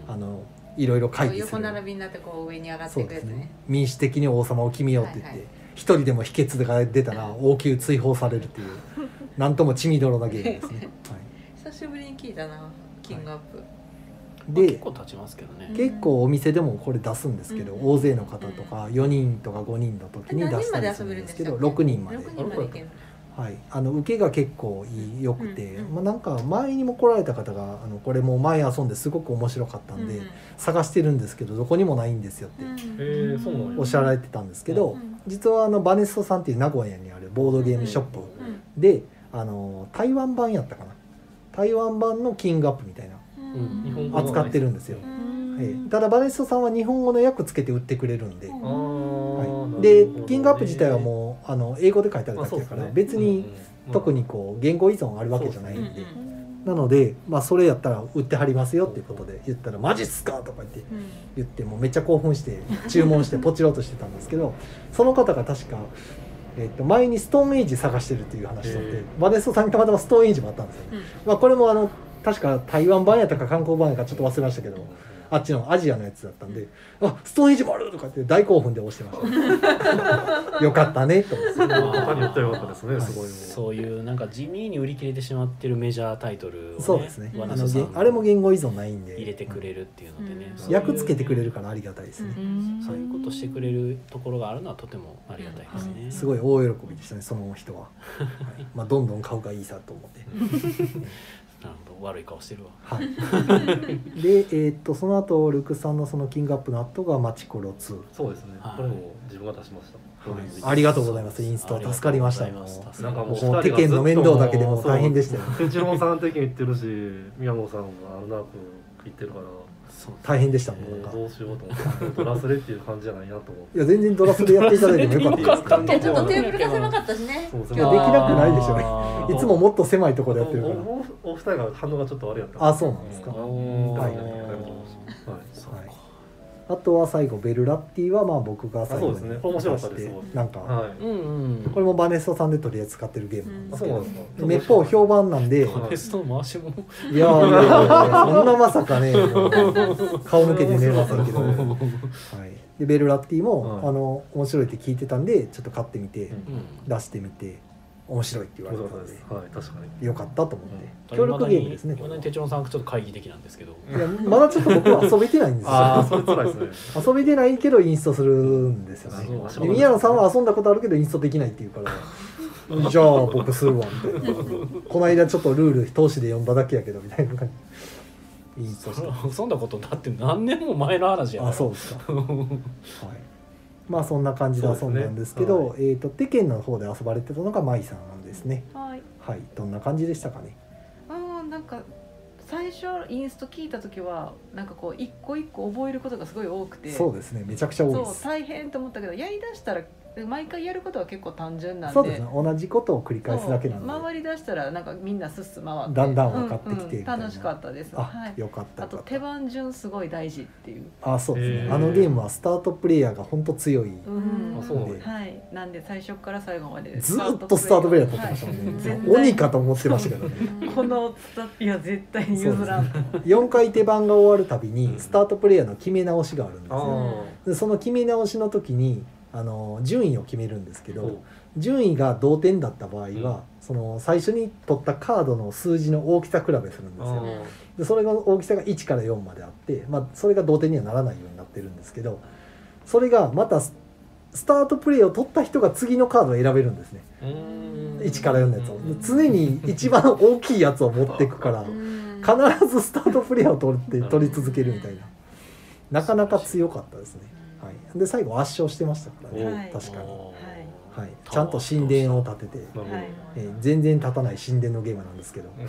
Speaker 1: うん
Speaker 2: あのいろいろ
Speaker 4: こ
Speaker 2: 会
Speaker 4: う
Speaker 2: 議す
Speaker 4: 横
Speaker 2: る
Speaker 4: 並びになってこう上に上がって
Speaker 2: そ
Speaker 4: いうく
Speaker 2: で
Speaker 4: やつ
Speaker 2: すね
Speaker 4: ね
Speaker 2: 民主的に王様を決めようって言っ
Speaker 4: はい
Speaker 2: て
Speaker 4: はい
Speaker 2: 一人でも秘訣が出たら王宮追放されるっていうなんとも血みどろなゲームですね。はい
Speaker 4: 久しぶりに聞いたなキングアップ、
Speaker 1: まあ結
Speaker 2: で
Speaker 1: 構経ちますけど ね、
Speaker 2: 結構お店でもこれ出すんですけど、
Speaker 4: うん
Speaker 2: 大勢の方とか4人とか5人の時に
Speaker 4: 何
Speaker 2: 出
Speaker 4: 人
Speaker 2: し
Speaker 4: ま
Speaker 2: た
Speaker 4: で
Speaker 2: り
Speaker 4: 遊
Speaker 2: する
Speaker 4: べ
Speaker 2: ん
Speaker 4: るん
Speaker 2: で
Speaker 4: ですす
Speaker 2: け
Speaker 4: か
Speaker 2: ど6人まで
Speaker 4: 6、人までいける
Speaker 2: はい、あの受けが結構いいよくて、
Speaker 4: うんうん
Speaker 2: まあ、なんか前にも来られた方があのこれもう前遊んですごく面白かったんで、探してるんですけどどこにもないんですよって
Speaker 4: うん
Speaker 3: へえそうなんや
Speaker 2: おっしゃられてたんですけど、
Speaker 4: うん
Speaker 2: 実はあのバネストさんっていう名古屋にあるボードゲームショップ
Speaker 4: うん
Speaker 2: であの台湾版やったかな台湾版のキングアップみたいな
Speaker 1: うん日本語
Speaker 2: 扱ってるんですよ
Speaker 4: う。
Speaker 2: は
Speaker 4: ん
Speaker 2: い、ただバネストさんは日本語の訳つけて売ってくれるんで、
Speaker 4: うん
Speaker 2: はい、でキングアップ自体はもうあの英語で書いてあるだけだから、
Speaker 3: まあそうです
Speaker 2: 別
Speaker 3: ね
Speaker 1: うん
Speaker 2: に
Speaker 1: うん
Speaker 2: 特にこう言語依存あるわけじゃないんで、
Speaker 4: うんうん
Speaker 2: なので、まあ、それやったら売ってはりますよっていうことで言ったら「マジっすか!」とか言って
Speaker 4: うん
Speaker 2: 言ってもうめっちゃ興奮して注文してポチろうとしてたんですけど その方が確か、えっと前にストーンエイジ探してるっていう話しとっ
Speaker 3: へ
Speaker 2: て
Speaker 3: え
Speaker 2: バネストさんにたまたまストーンエイジもあったんですよ、ね
Speaker 4: うん
Speaker 2: まあ、これもあの確か台湾版やったか韓国版やったかちょっと忘れましたけど。あっちのアジアのやつだったんで「あストーンエイジもある!」とかって大興奮で押してました。よかったねと思って
Speaker 1: まあ
Speaker 3: 他に言ったらよかったですねすごいもう
Speaker 1: そういうなんか地味に売り切れてしまってるメジャータイトルを、ね、
Speaker 2: そうですね。
Speaker 1: 和
Speaker 2: あ
Speaker 1: 田
Speaker 2: の
Speaker 1: さ
Speaker 2: げ
Speaker 1: ん
Speaker 2: あれも言語依存ないんで
Speaker 1: 入れてくれるっていうのでね、
Speaker 4: うん
Speaker 1: そういう
Speaker 2: 役つけてくれるからありがたいですね。
Speaker 1: そういうことしてくれるところがあるのはとてもありがたいですね、
Speaker 2: すごい大喜びでしたねその人は。はい、まあどんどん買うがいいさと思って。
Speaker 1: なんか悪い顔してるわ
Speaker 2: はい。でえーっとその後ルクさんのそのキングアップの後がマチコロ2。
Speaker 3: そうですね
Speaker 1: はい
Speaker 3: これも自分が出しました
Speaker 2: はい
Speaker 3: そうです
Speaker 2: ありがとうございますインスト助かりました
Speaker 1: ありがとうございます
Speaker 3: なんかもう
Speaker 2: もう手剣の面倒だけでも大変でしたよ。
Speaker 3: 一郎さん的に言ってるし宮本さんがアルナーク言ってるから
Speaker 1: そう
Speaker 2: 大変でしたも
Speaker 3: え
Speaker 2: んなん
Speaker 3: ー
Speaker 2: か。
Speaker 3: どうしようと思ってドラスレっていう感じじゃないなと思って
Speaker 2: いや全然ドラスでやっていただいてもよかったですか
Speaker 1: 忘
Speaker 2: ら、
Speaker 1: れてよ
Speaker 2: ね。
Speaker 4: ちょっとテーブルが狭かったしね
Speaker 3: そうです
Speaker 2: い
Speaker 3: ね
Speaker 2: やできなくないでしょうね
Speaker 1: あー
Speaker 2: いつももっと狭いところでやってるから。
Speaker 3: おおお二人が反応がちょっとあれやった
Speaker 2: あそうなんですか
Speaker 3: うん
Speaker 2: はい
Speaker 3: はいはい
Speaker 1: そうか
Speaker 2: はいあとは最後ベルラッティはまあ僕が最後
Speaker 3: あそう
Speaker 2: に
Speaker 3: ですね面白かったです
Speaker 2: 出し
Speaker 3: すご
Speaker 2: て
Speaker 3: い
Speaker 2: なんか
Speaker 3: はい
Speaker 1: うんうん
Speaker 2: これもバネストさんで取り扱ってるゲームなんですけ
Speaker 3: うんあ
Speaker 2: ど
Speaker 3: そうなんですか
Speaker 2: めっぽう評判なんでいや
Speaker 3: はい
Speaker 1: テストの回しも
Speaker 2: ーいやいやいやそんなまさか ね顔向けて寝れませんけど、
Speaker 3: 面
Speaker 2: は
Speaker 3: 白かったですね
Speaker 2: い、でベルラッティも、
Speaker 3: はい
Speaker 2: あの面白いって聞いてたんでちょっと買ってみて、
Speaker 3: うん
Speaker 2: 出してみて面白いって言われ
Speaker 3: 面白
Speaker 2: て
Speaker 3: か
Speaker 2: た
Speaker 3: った
Speaker 2: ん
Speaker 3: で。
Speaker 2: です
Speaker 3: はい、確かに。
Speaker 2: よかったと思っ
Speaker 1: う
Speaker 2: て
Speaker 1: ん
Speaker 2: 協力ゲームですね
Speaker 1: 未だに手帳さんちょっと懐疑的なんですけど
Speaker 2: いやまだちょっと僕は遊べてないんです
Speaker 3: ああ、
Speaker 2: よ
Speaker 3: それ辛いですね。
Speaker 2: 遊べてないけどインストするんですよ
Speaker 1: そう
Speaker 2: ね
Speaker 1: そ
Speaker 2: で
Speaker 1: う
Speaker 2: 宮野さんは遊んだことあるけどインストできないって言う からじゃあ僕するわみたいなこの間ちょっとルール投資で読んだだけやけどみたいな感じインストし
Speaker 1: そ
Speaker 2: て
Speaker 1: れはそんなことだって何年も前の 話や
Speaker 2: あそう
Speaker 1: う
Speaker 2: ですか、はい、まあそんな感じで遊んだんですけ
Speaker 3: そう
Speaker 2: ど
Speaker 3: で
Speaker 2: えっとテケンの方で遊ばれてたのが舞さんですね
Speaker 5: はい
Speaker 2: はいどんな感じでしたかね
Speaker 5: うんなんか最初インスト聞いた時はなんかこう一個一個覚えることがすごい多くて
Speaker 2: そうですねめちゃくちゃ多いで
Speaker 5: そう
Speaker 2: す
Speaker 5: 大変と思ったけどやりだしたら毎回やることは結構単純なんで
Speaker 2: そうですね同じことを繰り返すだけな
Speaker 5: そ
Speaker 2: の
Speaker 5: う
Speaker 2: で
Speaker 5: 回りだしたらなんかみんなすっす回って
Speaker 2: だんだん分かってきてみたいな
Speaker 5: うんうん楽しかったですは
Speaker 2: あ
Speaker 5: い
Speaker 2: よかった
Speaker 5: あ
Speaker 2: よ
Speaker 5: と
Speaker 2: かっ
Speaker 5: 手
Speaker 2: た
Speaker 5: 番順すごい大事っていう、
Speaker 2: あそうです
Speaker 3: へ
Speaker 2: ね
Speaker 3: ー
Speaker 2: あのゲームはスタートプレイヤーが本当強い
Speaker 4: ん
Speaker 3: あ、そうなんや。
Speaker 5: はいなんで最初から最後まで
Speaker 2: ずーっとスタートプレイヤー取ってましたも
Speaker 5: はい
Speaker 2: ん
Speaker 5: 絶
Speaker 2: ね
Speaker 5: 対
Speaker 2: 鬼かと思ってましたけどね
Speaker 5: このスタいや絶対に譲らん
Speaker 2: 4回手番が終わるたびにスタートプレイヤーの決め直しがあるんです
Speaker 3: あ
Speaker 2: よ
Speaker 3: あ。
Speaker 2: でその決め直しの時にあの順位を決めるんですけ
Speaker 3: そう
Speaker 2: ど順位が同点だった場合はその最初に取ったカードの数字の大きさ比べするんですよ
Speaker 3: あー
Speaker 2: でそれが大きさが1から4まであって、まあ、それが同点にはならないようになってるんですけどそれがまたススタートプレイを取った人が次のカードを選べるんですね
Speaker 3: うーん
Speaker 2: 1から4のやつを
Speaker 3: うん
Speaker 2: 常に一番大きいやつを持っていくから必ずスタートプレイを取って取り続けるみたいななかなか強かったですね、はい、で最後圧勝してましたからね、
Speaker 5: はい
Speaker 2: 確かに、は
Speaker 5: はい
Speaker 2: い、ちゃんと神殿を建てて、
Speaker 3: なるほ
Speaker 5: はい
Speaker 2: えー全然立たない神殿のゲームなんですけど、はい、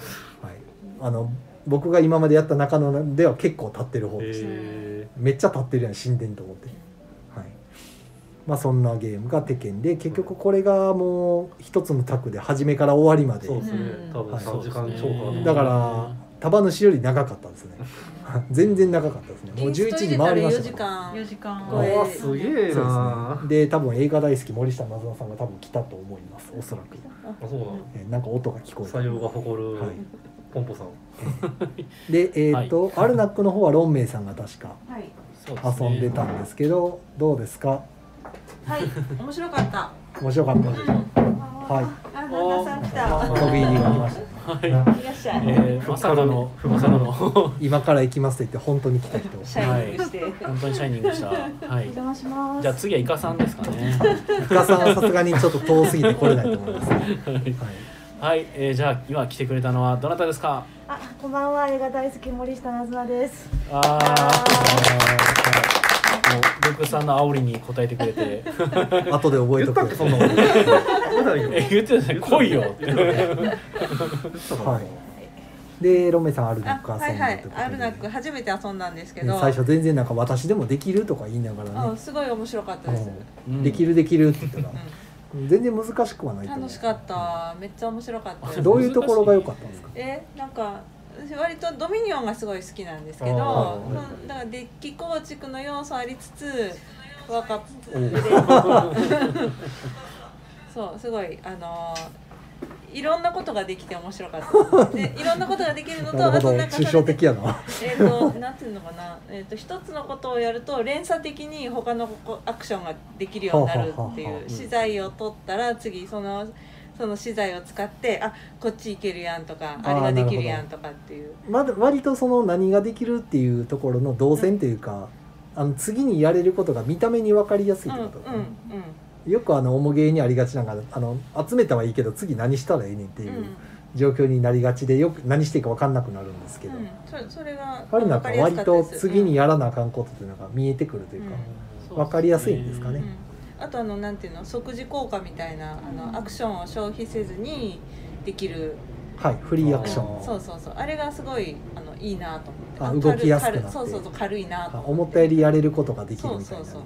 Speaker 2: あの僕が今までやった中野では結構立ってる方
Speaker 3: ど。
Speaker 2: でした、
Speaker 3: え
Speaker 2: めっちゃ立ってるやん神殿と思って、はいまあ、そんなゲームが「テケン」で結局これがもう一つの卓で初めから終わりま
Speaker 3: え。
Speaker 2: で
Speaker 3: そうですね
Speaker 5: う。ん
Speaker 3: 多分
Speaker 2: はい
Speaker 3: 三時間超
Speaker 1: そう
Speaker 2: だ
Speaker 3: 過。
Speaker 2: から束主より長かったです ね全然長かったですねもう11時回りました
Speaker 4: 時
Speaker 2: から
Speaker 4: 間
Speaker 5: 4時間
Speaker 4: これ
Speaker 3: うわすげえな
Speaker 2: そうですねで多分映画大好き森下なずなさんが多分来たと思いますおそらく、
Speaker 3: あ、そうなの。
Speaker 2: えーなんか音が聞こえた
Speaker 3: 採用が誇る
Speaker 2: はい
Speaker 3: ポンポさん。
Speaker 2: でえっ、と、アルナックの方はロンメイさんが確か
Speaker 4: はい
Speaker 2: 遊んでたんですけどどうですか
Speaker 4: はい面白かった
Speaker 2: 面白かったでしょはい
Speaker 4: あ旦那さん来た
Speaker 2: 飛び入りがありましたね
Speaker 1: はい
Speaker 4: いらっしゃい
Speaker 1: えーまさかのまさかのは
Speaker 2: 今から行きますと言って本当に来た人
Speaker 4: シャイニングして
Speaker 1: い本当にシャイニングしたはい
Speaker 5: お邪魔します
Speaker 1: じゃあ次はイカさんですかね
Speaker 2: イカさんはさすがにちょっと遠すぎて来れないと思います、はい、
Speaker 1: はい、えー、じゃあ今来てくれたのはどなたですか
Speaker 6: あ、こんばんは。映画大好き森下なずなです。
Speaker 1: あーもうルックさんの煽りに応えてくれて
Speaker 2: 後で覚えと
Speaker 3: 言
Speaker 2: く
Speaker 3: ったっけそんなこと。言ったよ
Speaker 1: え言ってたね来いよって
Speaker 2: はいでロメさんアルナッ
Speaker 4: あ
Speaker 2: ク遊ん
Speaker 4: は
Speaker 2: で
Speaker 4: いは
Speaker 2: と
Speaker 4: いう
Speaker 2: ことで
Speaker 4: アルナック初めて遊んだんですけ
Speaker 2: ね
Speaker 4: ど
Speaker 2: 最初全然なんか私でもできるとか言いながら
Speaker 4: あ
Speaker 2: ね
Speaker 4: すごい面白かったです
Speaker 2: うんできるできるって言ったら全然難しくはないと思う
Speaker 4: 楽しかっためっちゃ面白かったです
Speaker 2: どういうところが良かったんですか
Speaker 4: えなんか私割とドミニオンがすごい好きなんですけど
Speaker 3: あー
Speaker 4: うんだからデッキ構築の要素ありつつワカッ
Speaker 3: う
Speaker 4: プ
Speaker 3: ん
Speaker 4: で そうすごいあのーいろんなことができて面白かったですでいろんなことができるのと
Speaker 2: なる
Speaker 4: あ
Speaker 2: ほ
Speaker 4: と
Speaker 2: ど
Speaker 4: なんかそれ
Speaker 2: 抽象的やな
Speaker 4: えっ、となんていうのかな、えっと一つのことをやると連鎖的に他のこアクションができるようになるって
Speaker 2: はあはあはいあ
Speaker 4: う資材を取ったら次そのその資材を使ってあこっち行けるやんとか
Speaker 2: あ
Speaker 4: あ
Speaker 2: ー
Speaker 4: れができるやんとかっていう
Speaker 2: まだ割とその何ができるっていうところの動線というか、あの次にやれることが見た目に分かりやす
Speaker 4: う
Speaker 2: い
Speaker 4: ん
Speaker 2: っ
Speaker 4: う
Speaker 2: て
Speaker 4: んう
Speaker 2: こと、
Speaker 4: ん
Speaker 2: よくあの重げにありがちなんかあの集めたはいいけど次何したらいいねんって
Speaker 4: う
Speaker 2: い
Speaker 4: ん
Speaker 2: う状況になりがちでよく何していいか分かんなくなるんですけど、
Speaker 4: うんそそれが
Speaker 2: あれなんか
Speaker 4: わり
Speaker 2: 割
Speaker 4: やすか
Speaker 2: と
Speaker 4: ったです
Speaker 2: 次に
Speaker 4: うん
Speaker 2: やらなあかんことっていうのが見えてくるというか、
Speaker 1: うん
Speaker 2: 分かりやすいんですかね
Speaker 4: うんあとあのなんていうの即時効果みたいなあのアクションを消費せずにできる
Speaker 2: はいフリーアクション
Speaker 3: あー
Speaker 4: そうそうそうあれがすごいあのいいなと思って
Speaker 2: あ動
Speaker 4: の
Speaker 2: きやすくなって
Speaker 4: 軽い軽いそうそうそう軽いなと
Speaker 2: あ
Speaker 4: 思って
Speaker 2: 思ったよりやれることができる
Speaker 4: そう
Speaker 2: みたい
Speaker 4: そ
Speaker 2: うな
Speaker 4: そう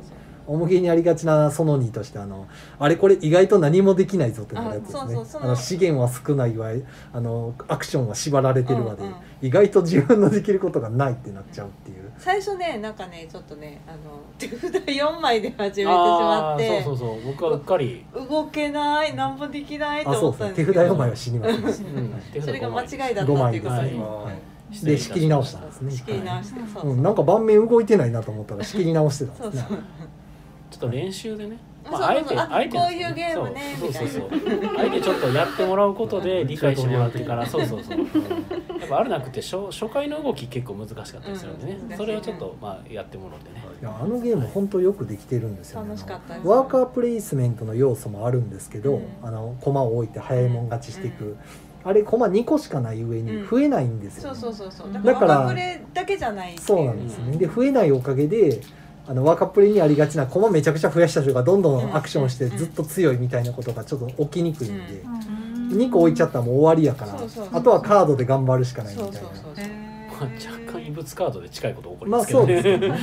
Speaker 2: 重げにありがちなその2としてあのあれこれ意外と何もできないぞってなるやつです
Speaker 4: あそうそうそ
Speaker 2: ね
Speaker 4: の
Speaker 2: あの資源は少ないわあのアクションは縛られてるわで、
Speaker 4: うんうん
Speaker 2: 意外と自分のできることがないってなっちゃうっていう
Speaker 4: 最初ねなんかねちょっとねあの 手札4枚で始めてしまって
Speaker 1: あーそうそうそう僕はうっかり、
Speaker 4: 動けない何もできないと
Speaker 2: あそ
Speaker 4: 思
Speaker 2: う
Speaker 4: っ
Speaker 2: そ
Speaker 4: た
Speaker 2: うん手
Speaker 4: です
Speaker 2: 札
Speaker 4: けど
Speaker 2: 4枚は死にますね、
Speaker 1: 手札
Speaker 4: それが
Speaker 1: 五
Speaker 4: 間
Speaker 1: 枚
Speaker 4: 違いだった
Speaker 2: 5
Speaker 4: って
Speaker 2: 枚で
Speaker 4: いうこ
Speaker 2: す
Speaker 4: と
Speaker 2: ね、
Speaker 4: に
Speaker 2: はい
Speaker 1: 失礼い
Speaker 2: で
Speaker 1: たしました
Speaker 2: 仕切り直したんですね
Speaker 4: 仕切り直して、そう
Speaker 2: う、
Speaker 4: そうん
Speaker 2: なんか盤面動いてないなと思ったら仕切り直してたん
Speaker 4: そう
Speaker 2: です
Speaker 4: そ
Speaker 2: ね
Speaker 4: う
Speaker 1: ちょっと練習でね、
Speaker 4: あ
Speaker 1: ま
Speaker 4: そう
Speaker 1: あ、あえ
Speaker 4: そう
Speaker 1: て
Speaker 4: あ
Speaker 1: あえてなんです
Speaker 4: こういうゲームね
Speaker 1: そう
Speaker 4: みたいな
Speaker 1: そうそうそうあえてちょっとやってもらうことで理解してもらってからそうそうそうやっぱあるなくて初初回の動き結構難しかったりするんでね、
Speaker 4: うん難しいね
Speaker 1: それをちょっとまあやってもらってね、
Speaker 2: いやあのゲーム本当よくできてるんですよね
Speaker 4: 楽しかったです
Speaker 2: ワーカープレイスメントの要素もあるんですけど、
Speaker 4: うん
Speaker 2: あの駒を置いて早いもん勝ちしていく、
Speaker 4: う
Speaker 2: あれ駒2個しかない上
Speaker 4: う
Speaker 2: に
Speaker 4: ん
Speaker 2: 増えないんです
Speaker 4: そ
Speaker 2: よ、
Speaker 4: う
Speaker 2: ね
Speaker 4: そうそうそう
Speaker 5: だ
Speaker 4: だ
Speaker 5: か
Speaker 4: かららワープレだけじゃないってい
Speaker 2: そうなんですね、
Speaker 4: うん
Speaker 2: で増えないおかげであの若プレイにありがちな駒めちゃくちゃ増やした人がどんどんアクションしてずっと強いみたいなことがちょっと起きにくいんで、2個置いちゃったらもう終わりやから
Speaker 4: そうそうそう
Speaker 2: あとはカードで頑張るしかないみ
Speaker 4: そう
Speaker 2: たい
Speaker 4: そう
Speaker 2: な
Speaker 4: そうそう
Speaker 1: まあ、若干異物カードで近いこと起こり
Speaker 2: ま
Speaker 1: ま
Speaker 2: あ
Speaker 1: すけど
Speaker 2: そう
Speaker 1: ね、
Speaker 2: ですね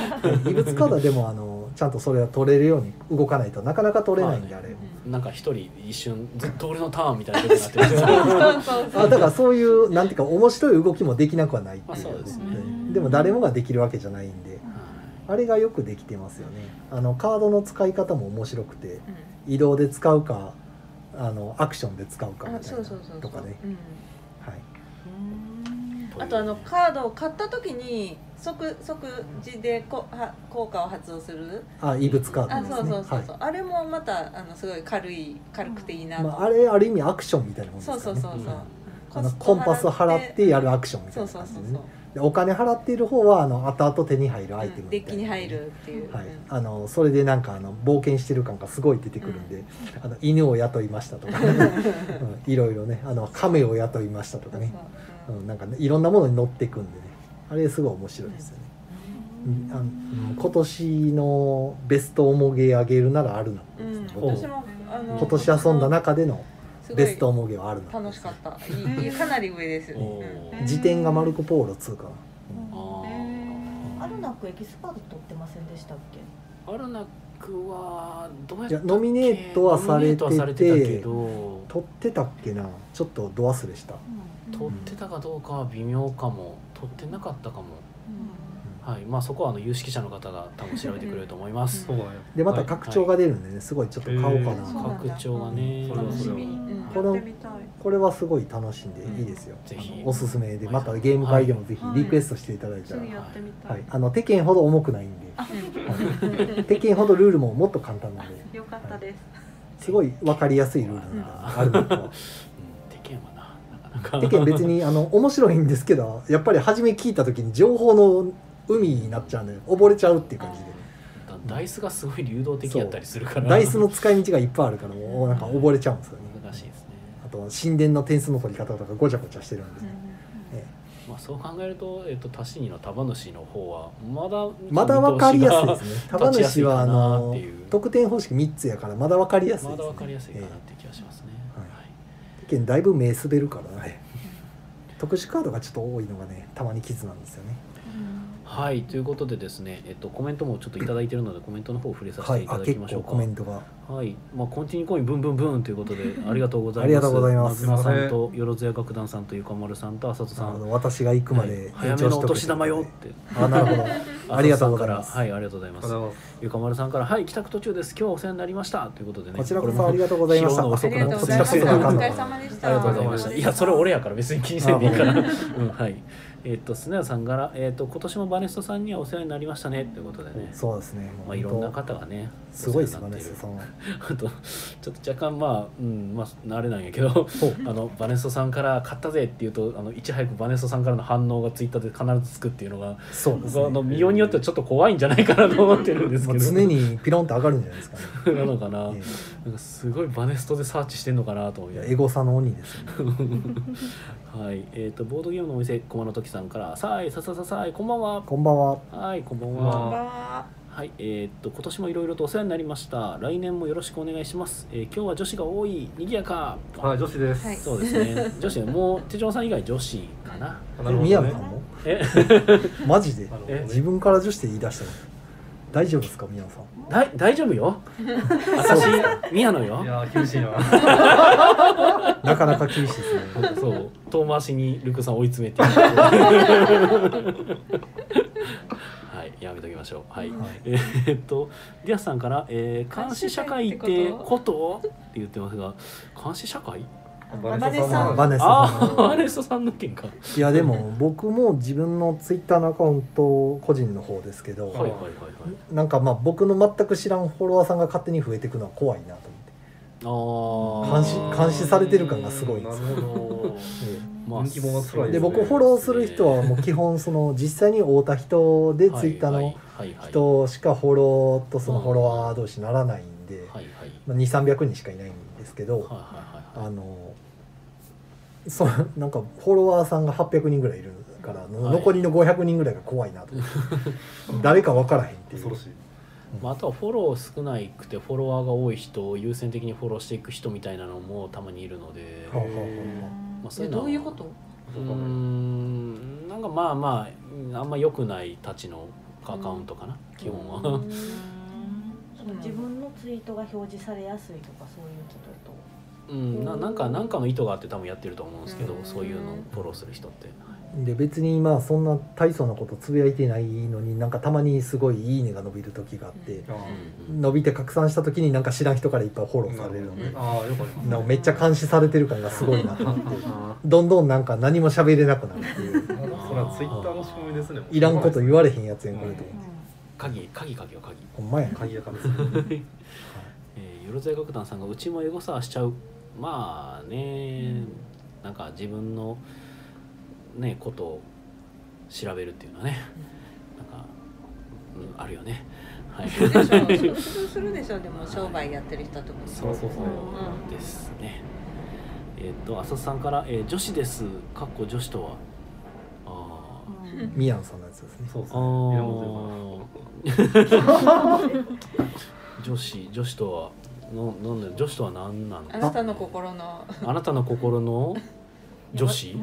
Speaker 2: 異物カードはでもあのちゃんとそれは取れるように動かないとなかなか取れないんで
Speaker 1: ま
Speaker 2: あ
Speaker 1: あ
Speaker 2: れも。
Speaker 1: なんか一人一瞬ずっと俺のターンみたいなことにな ってます
Speaker 4: そうそうそう
Speaker 2: あだからそういうなんていうか面白い動きもできなくはないってい
Speaker 1: まあそう
Speaker 2: う
Speaker 1: ですね
Speaker 2: うんでも誰もができるわけじゃないんであれがよくできてますよねあのカードの使い方も面白くて移動で使うかあのアクションで使うか
Speaker 4: うん
Speaker 2: み
Speaker 4: あ
Speaker 2: たい
Speaker 4: そうそうそ
Speaker 2: な
Speaker 4: う
Speaker 2: とかね
Speaker 4: うん
Speaker 2: はい
Speaker 4: あとあのカードを買った時に即即時でこは効果を発動する
Speaker 2: あ異物カー
Speaker 4: あ
Speaker 2: ド
Speaker 4: そ
Speaker 2: です
Speaker 4: う
Speaker 2: ね
Speaker 4: そうそう
Speaker 2: はい
Speaker 4: そう、あれもまたあのすごい軽い軽くていいなと、
Speaker 2: まあ、あれある意味アクションみたいなもんです
Speaker 4: そ
Speaker 2: か
Speaker 4: う
Speaker 2: ね
Speaker 4: そうそうそう、
Speaker 1: うん
Speaker 2: あのコンパス払ってやるアクションみた
Speaker 4: そ
Speaker 2: いうな
Speaker 4: そう
Speaker 2: 感じ
Speaker 4: そ
Speaker 2: で
Speaker 4: う
Speaker 2: ね
Speaker 4: そう、
Speaker 2: でお金払っている方はあの後々手に入るアイテム
Speaker 4: う
Speaker 2: み
Speaker 4: んデ
Speaker 2: たいな、
Speaker 4: ッキに入るっていう、
Speaker 2: はい
Speaker 4: うん、
Speaker 2: あのそれでなんかあの冒険してる感がすごい出てくるんで、あの犬を雇いましたとか、うんいろいろねあの亀を雇いましたとかね、う
Speaker 4: うん
Speaker 2: ん、なんかねいろんなものに乗っていくんでねあれすごい面白いですよね、うんあのうん今年のベストおもげあげるならあるなって
Speaker 4: う
Speaker 2: です
Speaker 4: ん
Speaker 2: ね、僕
Speaker 4: 私もあの
Speaker 2: 今年遊んだ中での
Speaker 4: すごい
Speaker 2: ベストおもげはあるな
Speaker 4: 楽しかったいいいいかなり上ですよ、
Speaker 1: お
Speaker 4: うん
Speaker 1: ー
Speaker 2: 辞典がマルコ・ポーロ2かな
Speaker 1: あ
Speaker 6: アルナックエキスパート取ってませんでしたっけ
Speaker 1: ーアルナックはどうやっ
Speaker 2: い
Speaker 1: たっ
Speaker 2: や
Speaker 1: け
Speaker 2: ノミネートはされてて
Speaker 1: ノミネートはされてたけど
Speaker 2: 取ってたっけなちょっとド忘れした、
Speaker 1: 取ってたかどうかは微妙かも取ってなかったかもはいまあそこはあの有識者の方が多分調べてくれると思います
Speaker 3: そうなんや
Speaker 2: でまた拡張が出るんでねすごいちょっと買おうか
Speaker 3: へ
Speaker 2: な
Speaker 3: ー
Speaker 4: そうなんだ
Speaker 1: 拡張がね
Speaker 3: うん
Speaker 5: 楽しみに
Speaker 4: うん
Speaker 2: これ
Speaker 5: やってみたい
Speaker 2: これはすごい楽しんでいいですよ、
Speaker 1: ぜひ
Speaker 2: おすすめでまたゲーム会でもぜひリクエストしていただいた
Speaker 5: す
Speaker 2: ら、
Speaker 5: ぐ
Speaker 2: はい
Speaker 5: やってみたい、
Speaker 2: あの手剣ほど重くないんで、 はい手剣ほどルールももっと簡単なんで
Speaker 5: よかったです、
Speaker 2: すごい分かりやすいルールなんで、あるのと
Speaker 1: うん手剣はななかなか
Speaker 2: 手剣別にあの面白いんですけどやっぱり初め聞いた時に情報の海になっちゃうんで溺れちゃうっていう感じで
Speaker 1: だ ダイスがすごい流動的やったりするから
Speaker 2: ダイスの使い道がいっぱいあるからもうなんか溺れちゃうんですよね
Speaker 1: 難しいですね
Speaker 2: あと神殿の点数の取り方とかごちゃごちゃしてるんで、え
Speaker 1: まあそう考えるとえっと足しにの束主の方はまだ
Speaker 2: えまだ分かりやすいですね
Speaker 1: 立
Speaker 2: 束
Speaker 1: ちやすい
Speaker 2: 主は
Speaker 1: か
Speaker 2: あ
Speaker 1: なっ
Speaker 2: の
Speaker 1: ていう
Speaker 2: 得点方式3つやからまだ分かりやすい
Speaker 1: ま
Speaker 2: です、ね、
Speaker 1: だわかりやすいかなっ
Speaker 2: え
Speaker 1: て気がしますね。
Speaker 2: えはい
Speaker 1: はい
Speaker 2: え手剣だいぶ目滑るからね特殊カードがちょっと多いのがねたまに傷なんですよね
Speaker 1: はいということでですね、えっと、コメントもちょっといただいてるのでコメントの方を触れさせ
Speaker 2: は
Speaker 1: て
Speaker 2: い
Speaker 1: いた
Speaker 2: あ
Speaker 1: だき
Speaker 2: 結
Speaker 1: ましょ
Speaker 2: 構
Speaker 1: うか
Speaker 2: コメントが
Speaker 1: はいまあ、コンティニーコインブンブンブンということでありがとうございます
Speaker 2: ありがとうございます
Speaker 1: 松村さんとよろずや楽団さんとゆかまるさんとあさとさ
Speaker 2: あ
Speaker 1: ん
Speaker 2: の私が行くまで
Speaker 1: はい早めのお年玉よって
Speaker 2: あなるほ どありがとうございま
Speaker 1: あさとさんか
Speaker 2: す、
Speaker 1: らはいありがとうござい
Speaker 3: ありが
Speaker 1: ます
Speaker 3: とうございます
Speaker 1: ゆかまるさんからはい帰宅途中です今日はお世話になりましたということでね
Speaker 2: こちらこ
Speaker 1: れも
Speaker 2: そありがとうございました
Speaker 1: 昨日の遅
Speaker 4: あ
Speaker 1: く
Speaker 4: り
Speaker 1: な
Speaker 4: が
Speaker 1: っ
Speaker 4: と
Speaker 1: た
Speaker 4: うございまし
Speaker 2: こちら
Speaker 4: た
Speaker 2: こそ
Speaker 4: お疲れ様でした
Speaker 1: ありがとうございました。いや、それ俺やから別に気にせんでいいから。うん、はい。えっ、と、スネアさんから、えっ、と、今年もバネストさんにはお世話になりましたねってことでね。
Speaker 2: そうですね
Speaker 1: まあ、いろんな方がね。
Speaker 2: すごいですよね
Speaker 1: お世話になって
Speaker 2: その
Speaker 1: る あと、ちょっと若干、まあ、うん、まあ、慣れないんやけど。 あの、バネストさんから買ったぜって言うと、あの、いち早くバネストさんからの反応がツイッターで必ずつくっていうのが。
Speaker 2: そうです
Speaker 1: 僕は、あ
Speaker 2: ね
Speaker 1: の、見ようによってはちょっと怖いんじゃないかなと思ってるんです
Speaker 2: ま
Speaker 1: け
Speaker 2: あ
Speaker 1: ど。
Speaker 2: 常。にピロンと上がるんじゃないですか ね
Speaker 1: なのかな。
Speaker 2: え
Speaker 1: なんか、すごいバネストでサーチしてんのかなと思
Speaker 2: え
Speaker 1: い
Speaker 2: い
Speaker 1: な
Speaker 2: や
Speaker 1: がら
Speaker 2: エゴサの鬼ですよね
Speaker 1: はい、えっ、とボードゲームのお店駒の時さんからさあいささささいこんばんは。
Speaker 2: こんばんは
Speaker 1: はいこんばん
Speaker 3: こんば
Speaker 1: は。
Speaker 3: ん
Speaker 4: あ
Speaker 1: はいえっ、と今年もいろいろとお世話になりました。来年もよろしくお願いします。えー今日は女子が多い賑やか。
Speaker 3: はい、女子です。
Speaker 4: はい
Speaker 1: そうですね。女子もう手錠さん以外女子かな。
Speaker 3: あなるほどね
Speaker 2: 宮野さんも
Speaker 1: え
Speaker 2: マジで
Speaker 3: なるほど
Speaker 1: え
Speaker 3: ね
Speaker 2: 自分から女子で言い出したの大丈夫ですか宮野さん
Speaker 1: だ大丈夫よ私宮野
Speaker 3: い
Speaker 1: よ
Speaker 3: やー厳しいな
Speaker 2: なかなか厳しいですね
Speaker 1: そう遠回しにルクさん追い詰めてはいやめときましょうはい、
Speaker 2: はい
Speaker 1: えーっとディアスさんから、えー「監視社会ってこと?」って言ってますが監視社会
Speaker 6: あバネさん
Speaker 2: まあバネさ
Speaker 1: ああアレストさんの件か
Speaker 2: んいやでも僕も自分のツイッターのアカウント個人の方ですけど、
Speaker 1: はいはいはいはい
Speaker 2: なんかまあ僕の全く知らんフォロワーさんが勝手に増えていくのは怖いなと思って
Speaker 1: ああ
Speaker 2: 監視監視されてる感がすごい
Speaker 3: な
Speaker 2: で
Speaker 3: る
Speaker 2: す
Speaker 3: ほど
Speaker 2: え
Speaker 1: まあ
Speaker 3: 人気者は辛い
Speaker 2: え
Speaker 1: そ
Speaker 2: で
Speaker 1: う
Speaker 2: 僕フォローする人はもう基本その実際に会うた人で
Speaker 1: はい
Speaker 2: ツイッターの
Speaker 1: はいはい
Speaker 2: 人しかフォローとそのフォロワー同士ならないんで、
Speaker 1: はいはい
Speaker 2: まあ、2300人しかいないんですけ
Speaker 1: はい
Speaker 2: ど
Speaker 1: はいはい
Speaker 2: あのそうなんかフォロワーさんが800人ぐらいいるからの
Speaker 1: はい
Speaker 2: 残りの500人ぐらいが怖いなと思って誰か分からへんっていう
Speaker 3: 恐ろしい
Speaker 1: まあ、あとはフォロー少なくてフォロワーが多い人を優先的にフォローしていく人みたいなのもたまにいるので、
Speaker 2: はあはあは
Speaker 1: まあ、
Speaker 5: いや
Speaker 1: のは
Speaker 5: どういうこと
Speaker 1: うーんなんかまあまあうんあんま良くないたちのアカウントかな、基本は、
Speaker 6: うんその自分のツイートが表示されやすいとかそういうこと
Speaker 1: う
Speaker 6: と
Speaker 1: ん、ななんかなんかの意図があって多分やってると思うんですけど
Speaker 6: うん
Speaker 1: そういうのをフォローする人って、はい
Speaker 2: あで別にまあそんな大層なことつぶやいてないのになんかたまにすごい「いいね」が伸びる時があって
Speaker 3: あー
Speaker 1: うん
Speaker 2: 伸びて拡散した時になんか知らん人からいっぱいフォローされるので
Speaker 3: あーよかっ
Speaker 2: なんかめっちゃ監視されてる感がすごいなと思って
Speaker 3: たな
Speaker 2: どんどんなんか何も喋れなくなるっていう
Speaker 3: なんかそれはツイッターの仕組みですね
Speaker 2: いらんこと言われへんやつやんこれと
Speaker 3: う
Speaker 1: 鍵鍵鍵よ鍵、
Speaker 2: ほんまやん
Speaker 3: 鍵やかですね
Speaker 1: えー、よろずや楽団さんがうちもエゴサーしちゃうまあね、なんか自分のねことを調べるっていうのはねなんか、うん、あるよね はい
Speaker 4: するでしょ普通するでしょでも商売やってる人とか
Speaker 1: そうそうそう
Speaker 4: うん
Speaker 1: ですね。えっ、と浅田さんから、えー女子です。かっこ女子とは。あー
Speaker 2: ミヤンさんのやつですね
Speaker 3: そうです
Speaker 1: あ
Speaker 3: ね
Speaker 1: ー。女子女子とはのなんだ女子とは何なの
Speaker 4: あ？なたの心の
Speaker 1: あなたの心の女子？
Speaker 2: 意味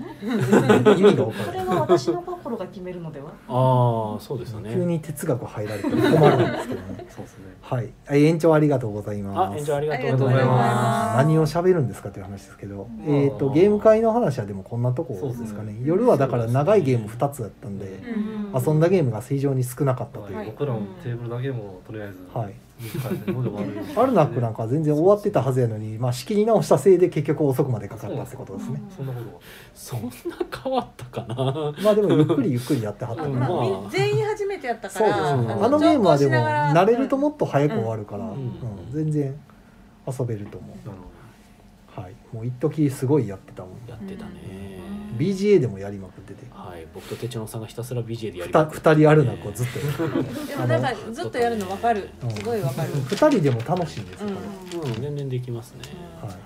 Speaker 2: が分
Speaker 6: そ
Speaker 2: か
Speaker 6: れ
Speaker 2: ら
Speaker 6: は私の心が決めるのでは
Speaker 1: ああそうですよ
Speaker 2: ない急
Speaker 1: ね。
Speaker 2: に哲学入られても困るんですけど ね
Speaker 3: そうですね
Speaker 2: はいあ延長ありがとうございます
Speaker 1: あ園長ありがとう
Speaker 3: ありがとうご
Speaker 1: ござ
Speaker 3: ざ
Speaker 1: い
Speaker 3: い
Speaker 1: ま
Speaker 3: ま
Speaker 2: 何を喋るんですかという話ですけど、
Speaker 1: うん
Speaker 2: えー、とゲーム会の話はでもこんなとこですか
Speaker 3: そう
Speaker 2: ね
Speaker 3: で
Speaker 2: 夜はだから長いゲーム2つだったんで、
Speaker 3: う
Speaker 6: うん
Speaker 2: 遊んだゲームが非常に少なかったという、
Speaker 3: は
Speaker 2: はいい
Speaker 3: 僕らのテーブルだけもとりあえず
Speaker 2: アルナックなん
Speaker 3: か
Speaker 2: か全然終わってたはずやのに、まあ、仕切り直したせいで結局遅くまでかかったってことですね
Speaker 1: す。そんなことはそんな変わったかな。
Speaker 2: まあでもゆっくりゆっくりやってはったから、
Speaker 1: うん
Speaker 4: まあ
Speaker 1: まあ
Speaker 4: み全員初めてやったか
Speaker 2: そうで
Speaker 4: ら
Speaker 2: すね
Speaker 1: うん
Speaker 2: あのゲームはでも
Speaker 4: 調校しながら
Speaker 2: 慣れるともっと早く終わるから、
Speaker 6: うん
Speaker 2: うん全然遊べると思
Speaker 3: あの
Speaker 2: う、はい、もう一時すごいやってたもん
Speaker 1: やってたね。
Speaker 2: BGA でもやりまくってて
Speaker 1: はい僕と手帳さんがひたすら BJ でやりま
Speaker 2: 2
Speaker 1: くって
Speaker 2: 人あるなこうずっとやって
Speaker 4: でもなんかずっとやるのわかる
Speaker 2: うん
Speaker 4: すごいわかる
Speaker 2: 2人でも楽しいんですよこ
Speaker 1: うん、全然できますね、
Speaker 4: うん
Speaker 2: はい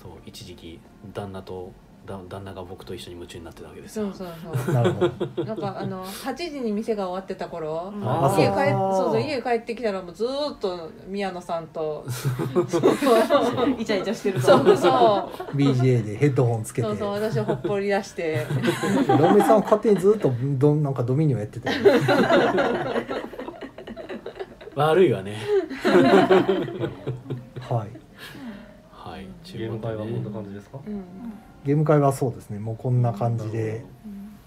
Speaker 1: そう一時期旦那とだ旦那が僕と一緒に夢中になってたわけです
Speaker 4: そ
Speaker 1: よ
Speaker 4: うそう
Speaker 2: れ、
Speaker 4: そ
Speaker 2: なるほど
Speaker 4: うなんかあの8時に店が終わってた頃
Speaker 1: あー
Speaker 4: 家帰
Speaker 2: あー
Speaker 4: そうそう家帰ってきたらもうずーっと宮野さん と
Speaker 6: イチャイチャしてる
Speaker 4: そ
Speaker 6: と
Speaker 4: うそう
Speaker 2: BGA でヘッドホンつけて
Speaker 4: そうそう
Speaker 2: ロ
Speaker 4: 私ほっぽり出して
Speaker 2: メさんは勝手にずっとどなんかドミニオンやってたよね
Speaker 1: 悪いわね
Speaker 2: はい
Speaker 1: はい
Speaker 3: ゲーム会はこんな感じですか
Speaker 4: うん
Speaker 2: ゲーム会はそうですねもうこんな感じで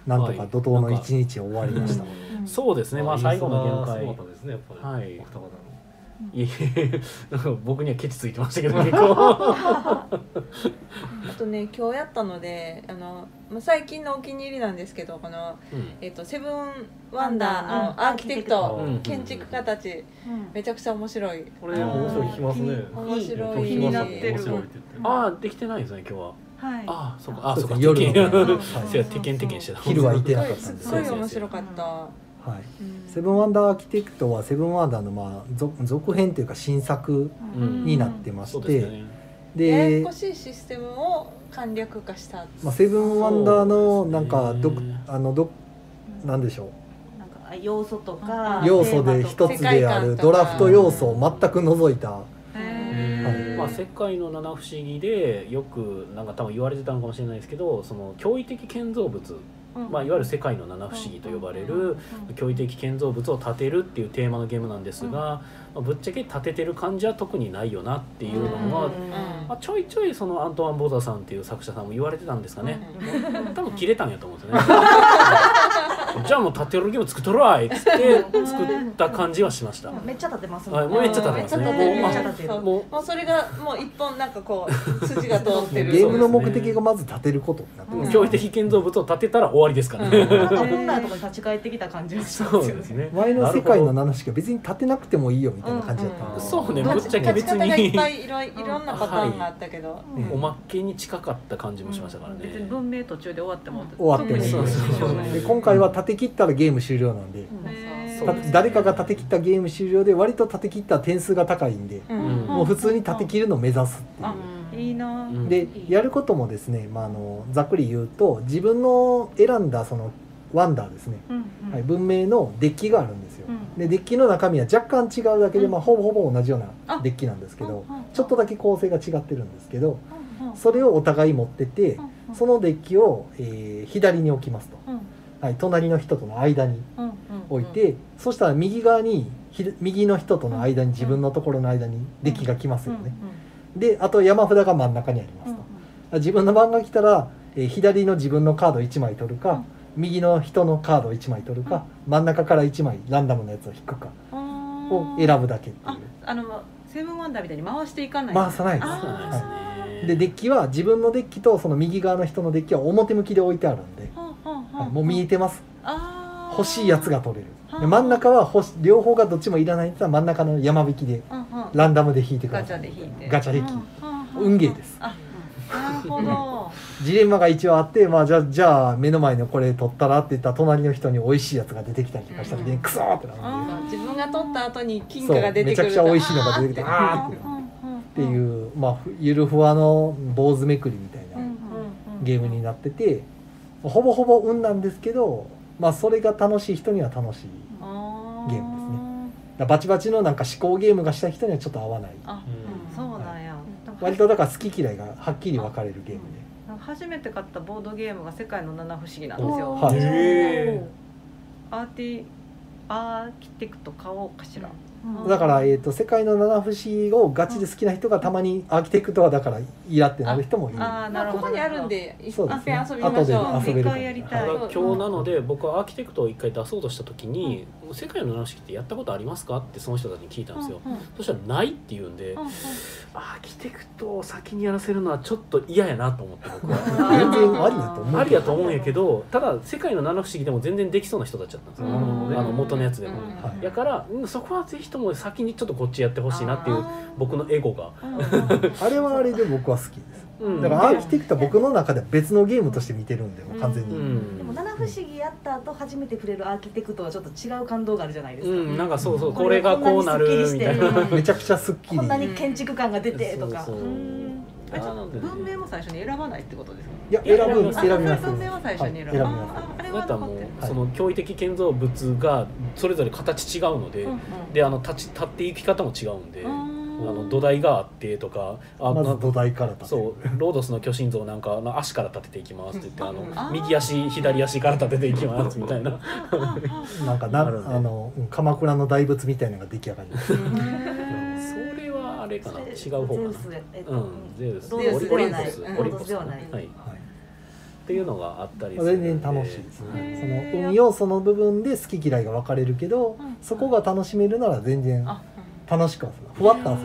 Speaker 2: なんとか怒涛の一日終わりました、
Speaker 1: そうですねまあ最後のゲーム
Speaker 3: すご
Speaker 1: 会
Speaker 3: かったですねやっぱり
Speaker 1: はい
Speaker 3: 奥多摩の
Speaker 1: いえいえなんか僕にはケチついてましたけ ど結構
Speaker 4: あとね今日やったのであのまあ最近のお気に入りなんですけどこの、えっとセブンワンダーの
Speaker 6: うん
Speaker 4: アーキテクト
Speaker 1: うん
Speaker 4: 建築家たちめちゃくちゃ面白い
Speaker 3: これ面白い聞きますね
Speaker 4: 面白い
Speaker 3: 聞きました
Speaker 4: 気になって
Speaker 6: る
Speaker 3: 面白いって言って
Speaker 1: ああできてないですね今日は
Speaker 6: はい
Speaker 1: ああそうかああ
Speaker 2: そ
Speaker 1: そうう
Speaker 2: で
Speaker 1: か
Speaker 2: すね夜
Speaker 1: テケ
Speaker 2: の
Speaker 1: ン
Speaker 2: はい
Speaker 1: そうやテケンテケンしてた
Speaker 2: 昼はいて
Speaker 4: す
Speaker 2: な
Speaker 4: ご
Speaker 2: かっ
Speaker 4: い
Speaker 2: たんです
Speaker 4: ごい面白かった、
Speaker 2: はい
Speaker 4: うん
Speaker 2: セブンワンダーアーキテクトはセブンワンダーのまあ続続編というか新作
Speaker 1: うん
Speaker 2: になってま
Speaker 1: そ
Speaker 2: し
Speaker 1: う
Speaker 2: て、
Speaker 1: ですね
Speaker 2: で
Speaker 4: ややこしいシステムを簡略化した
Speaker 2: まあ、セブンワンダーの
Speaker 1: そう
Speaker 2: なんかど、
Speaker 1: ですね
Speaker 2: あのどなんでしょ
Speaker 6: なんか要素とか
Speaker 2: う要素で一
Speaker 4: テーマと
Speaker 2: つ
Speaker 4: か世界
Speaker 2: であ
Speaker 4: 観と
Speaker 2: る
Speaker 4: か
Speaker 2: ドラフト要素を全く除いた
Speaker 3: へー
Speaker 1: まあ、世界の七不思議でよくなんか多分言われてたのかもしれないですけどその驚異的建造物
Speaker 6: うん
Speaker 1: まあ、いわゆる世界の七不思議と呼ばれる驚異的建造物を建てるっていうテーマのゲームなんですが、まあぶっちゃけ建ててる感じは特にないよなっていうのは、まあ、ちょいちょいそのアントワン・ボーザさんっていう作者さんも言われてたんですかね、多分切れたんやと思うんですよ ねじゃあもう建てるゲーム作っとるわいっつって作った感じはしました、
Speaker 6: めっちゃ立てます
Speaker 1: はい、もうめっちゃ建てますね
Speaker 6: めっち
Speaker 1: も
Speaker 6: ゃ建てるめっちゃ
Speaker 1: う
Speaker 6: 建てる
Speaker 1: あも
Speaker 4: もうそれがもう一本なんかこう筋が通っ
Speaker 2: ゲ
Speaker 4: てる
Speaker 2: ームの目的がまず立てることになって
Speaker 1: う
Speaker 2: ま
Speaker 4: うん
Speaker 2: す、
Speaker 1: 驚異的建造物を建てたら終わりですからね、
Speaker 6: なんか本来のとこに立ち返ってきた感じがし
Speaker 1: そうですね
Speaker 2: 前の世界の
Speaker 1: なる
Speaker 2: 七不思議は別に立てなくてもいいよみたいな感じだったの
Speaker 1: ほ
Speaker 2: が
Speaker 1: どそうね
Speaker 4: まあ
Speaker 1: ぶっちゃけ別
Speaker 4: 立ち方がいっ
Speaker 1: に
Speaker 4: ぱいいろいいろんなパターンがあったけど、
Speaker 2: ね
Speaker 1: おまけに近かった感じもしましたからね、
Speaker 5: 別に文明途中で終わっても
Speaker 2: 終わってもいい
Speaker 1: そう
Speaker 2: よ
Speaker 1: そうそう
Speaker 2: で今回は立て切ったらゲーム終了なんで、
Speaker 4: へ
Speaker 1: そ
Speaker 4: ー
Speaker 1: うですね
Speaker 2: 誰かが立て切ったゲーム終了で割と立て切った点数が高いんで、
Speaker 4: うん
Speaker 1: うん
Speaker 2: もう普通に立て切るのを目指すっていう
Speaker 5: あいいな
Speaker 1: うん
Speaker 2: でやることもですね、まあ、あのざっくり言うと自分の選んだそのワンダーですね、はい、文明のデッキがあるんですよ、でデッキの中身は若干違うだけで、まあ、ほぼほぼ同じようなデッキなんですけど、ちょっとだけ構成が違ってるんですけど、それをお互い持ってて、そのデッキを、えー左に置きますと、はい、隣の人との間に置いて、そしたら右側にひ右の人との間に自分のところの間にデッキが来ますよね、であと山札が真ん中にありますと、自分の番が来たら、えー左の自分のカード1枚取るか、右の人のカード1枚取るか、真ん中から1枚ランダムのやつを引くかを選ぶだけってい
Speaker 5: あ
Speaker 2: う
Speaker 5: あのセブンワンダーみたいに回していかない
Speaker 2: 回さないで
Speaker 1: そう
Speaker 5: あ
Speaker 2: す
Speaker 1: なんですね
Speaker 2: でデッキは自分のデッキとその右側の人のデッキは表向きで置いてあるんで、はいもう見えてます
Speaker 5: あー
Speaker 2: 欲しいやつが取れる
Speaker 5: は
Speaker 2: で
Speaker 5: あ
Speaker 2: 真ん中は欲し両方がどっちもいらないやつは真ん中の山引きで
Speaker 5: うんうん
Speaker 2: ランダムで引いてく
Speaker 5: ガ
Speaker 2: だ
Speaker 5: チ
Speaker 2: さ
Speaker 5: ャ
Speaker 2: い
Speaker 5: で引いて
Speaker 2: ガチャ
Speaker 5: で
Speaker 2: 引き
Speaker 5: うん
Speaker 2: 運ゲーです
Speaker 5: あ
Speaker 4: なるほど
Speaker 2: ジレンマが一応あって、まあ、じゃあじゃあ目の前のこれ取ったらって言ったら隣の人に美味しいやつが出てきたりとかした時にクソーってなるんで
Speaker 5: あ
Speaker 4: 自分が取った後に金
Speaker 2: そう
Speaker 4: 貨が出てくる
Speaker 2: めちゃくちゃ美味しいのが出てきてあーって っていう、まあ、ふゆるふわの坊主めくりみたいなゲームになってて、ほぼほぼ運なんですけど、まあ、それが楽しい人には楽しいゲームです
Speaker 4: ね
Speaker 2: だからバチバチのなんか思考ゲームがしたい人にはちょっと合わない
Speaker 5: あ
Speaker 3: うん
Speaker 5: そうなんや
Speaker 2: 割とだから好き嫌いがはっきり分かれるゲームで
Speaker 5: なんか初めて買ったボードゲームが「世界の七不思議」なんですよ、
Speaker 2: はい
Speaker 5: アーティアーキテクト買おうかしら、
Speaker 2: だから、えー、と世界の七不思議をガチで好きな人がたまにアーキテクトはだから嫌ってなる人もいる
Speaker 5: ああな
Speaker 4: ま
Speaker 5: る
Speaker 4: あ
Speaker 5: ほ
Speaker 4: こ
Speaker 5: ど
Speaker 4: こにあるんで一
Speaker 2: そうですね
Speaker 4: 回遊びましょう
Speaker 2: 後で遊べるから
Speaker 5: 一回やり
Speaker 1: た
Speaker 5: たい、
Speaker 1: だ
Speaker 4: はい
Speaker 1: 今日なので僕はアーキテクトを一回出そうとした時に「世界の七不思議ってやったことありますか?」ってその人たちに聞いたんですよ、そしたら「ない」って言うんで、アーキテクトを先にやらせるのはちょっと嫌やなと思って僕は。
Speaker 5: あ
Speaker 2: 全
Speaker 5: ー
Speaker 2: 然ありだと思う
Speaker 1: ありやと思うんやけどただ世界の七不思議でも全然できそうな人たちだったんですよ、
Speaker 5: うん
Speaker 1: あの元のやつでも、
Speaker 5: うん
Speaker 2: はい
Speaker 1: やから、うんそこはぜひとも先にちょっとこっちやってほしいなっていう僕のエゴが、
Speaker 2: あれはあれで僕は好きです
Speaker 1: うん、
Speaker 2: だからアーキテクトは僕の中では別のゲームとして見てるんでもう完全
Speaker 1: う
Speaker 2: に、
Speaker 1: ん、
Speaker 6: でも七不思議やった後初めて触れるアーキテクトはちょっと違う感動があるじゃないです
Speaker 1: う
Speaker 6: か、
Speaker 1: ん、なんかそうそう、
Speaker 6: ん
Speaker 1: これがこうなるみたいな。
Speaker 2: めちゃくちゃすっきり
Speaker 6: こんなに建築感が出てとか
Speaker 1: そうそう
Speaker 5: うん
Speaker 1: あーなんでね
Speaker 5: 文明も最初に選ばないってことですか
Speaker 2: いや選ぶ
Speaker 1: あ
Speaker 2: 選びます
Speaker 5: 文明は最初に選ぶ、
Speaker 2: はい、選び
Speaker 5: あ
Speaker 2: ま
Speaker 5: ーあれ
Speaker 1: だ
Speaker 5: は
Speaker 1: ったら
Speaker 5: 残
Speaker 1: もう
Speaker 5: ってる、
Speaker 2: はい
Speaker 1: その驚異的建造物がそれぞれ形違うので、であの立ち立っていき方も違うんで、あの土台があってとかあ
Speaker 2: す
Speaker 1: な
Speaker 2: まず土台から立てる
Speaker 1: そうロードスの巨神像なんかあの足から立てていきますって言ってあ
Speaker 5: あ
Speaker 1: の
Speaker 5: ー
Speaker 1: 右足左足から立てていきますみたいな
Speaker 2: なんかな
Speaker 1: なるほど
Speaker 2: あのうん鎌倉の大仏みたいなのが出来上がります
Speaker 1: それはあれかな違う方か
Speaker 6: ゼ
Speaker 1: な
Speaker 6: ウ。スえっと、
Speaker 1: うん、ゼウス
Speaker 6: ロ
Speaker 1: オ
Speaker 6: ード
Speaker 1: リ
Speaker 6: ス
Speaker 1: オ
Speaker 6: で
Speaker 1: リン
Speaker 6: は
Speaker 1: ポ
Speaker 6: ない
Speaker 1: ス
Speaker 6: うん
Speaker 1: オリンポス
Speaker 6: ロードスではない
Speaker 1: はい、っていうのがあったりするんで
Speaker 2: 全然楽しいですねそ
Speaker 5: へー
Speaker 2: の海をその部分で好き嫌いが分かれるけどそこが楽しめるなら全然
Speaker 5: あ
Speaker 2: 楽しく遊ぶふわっと遊ぶ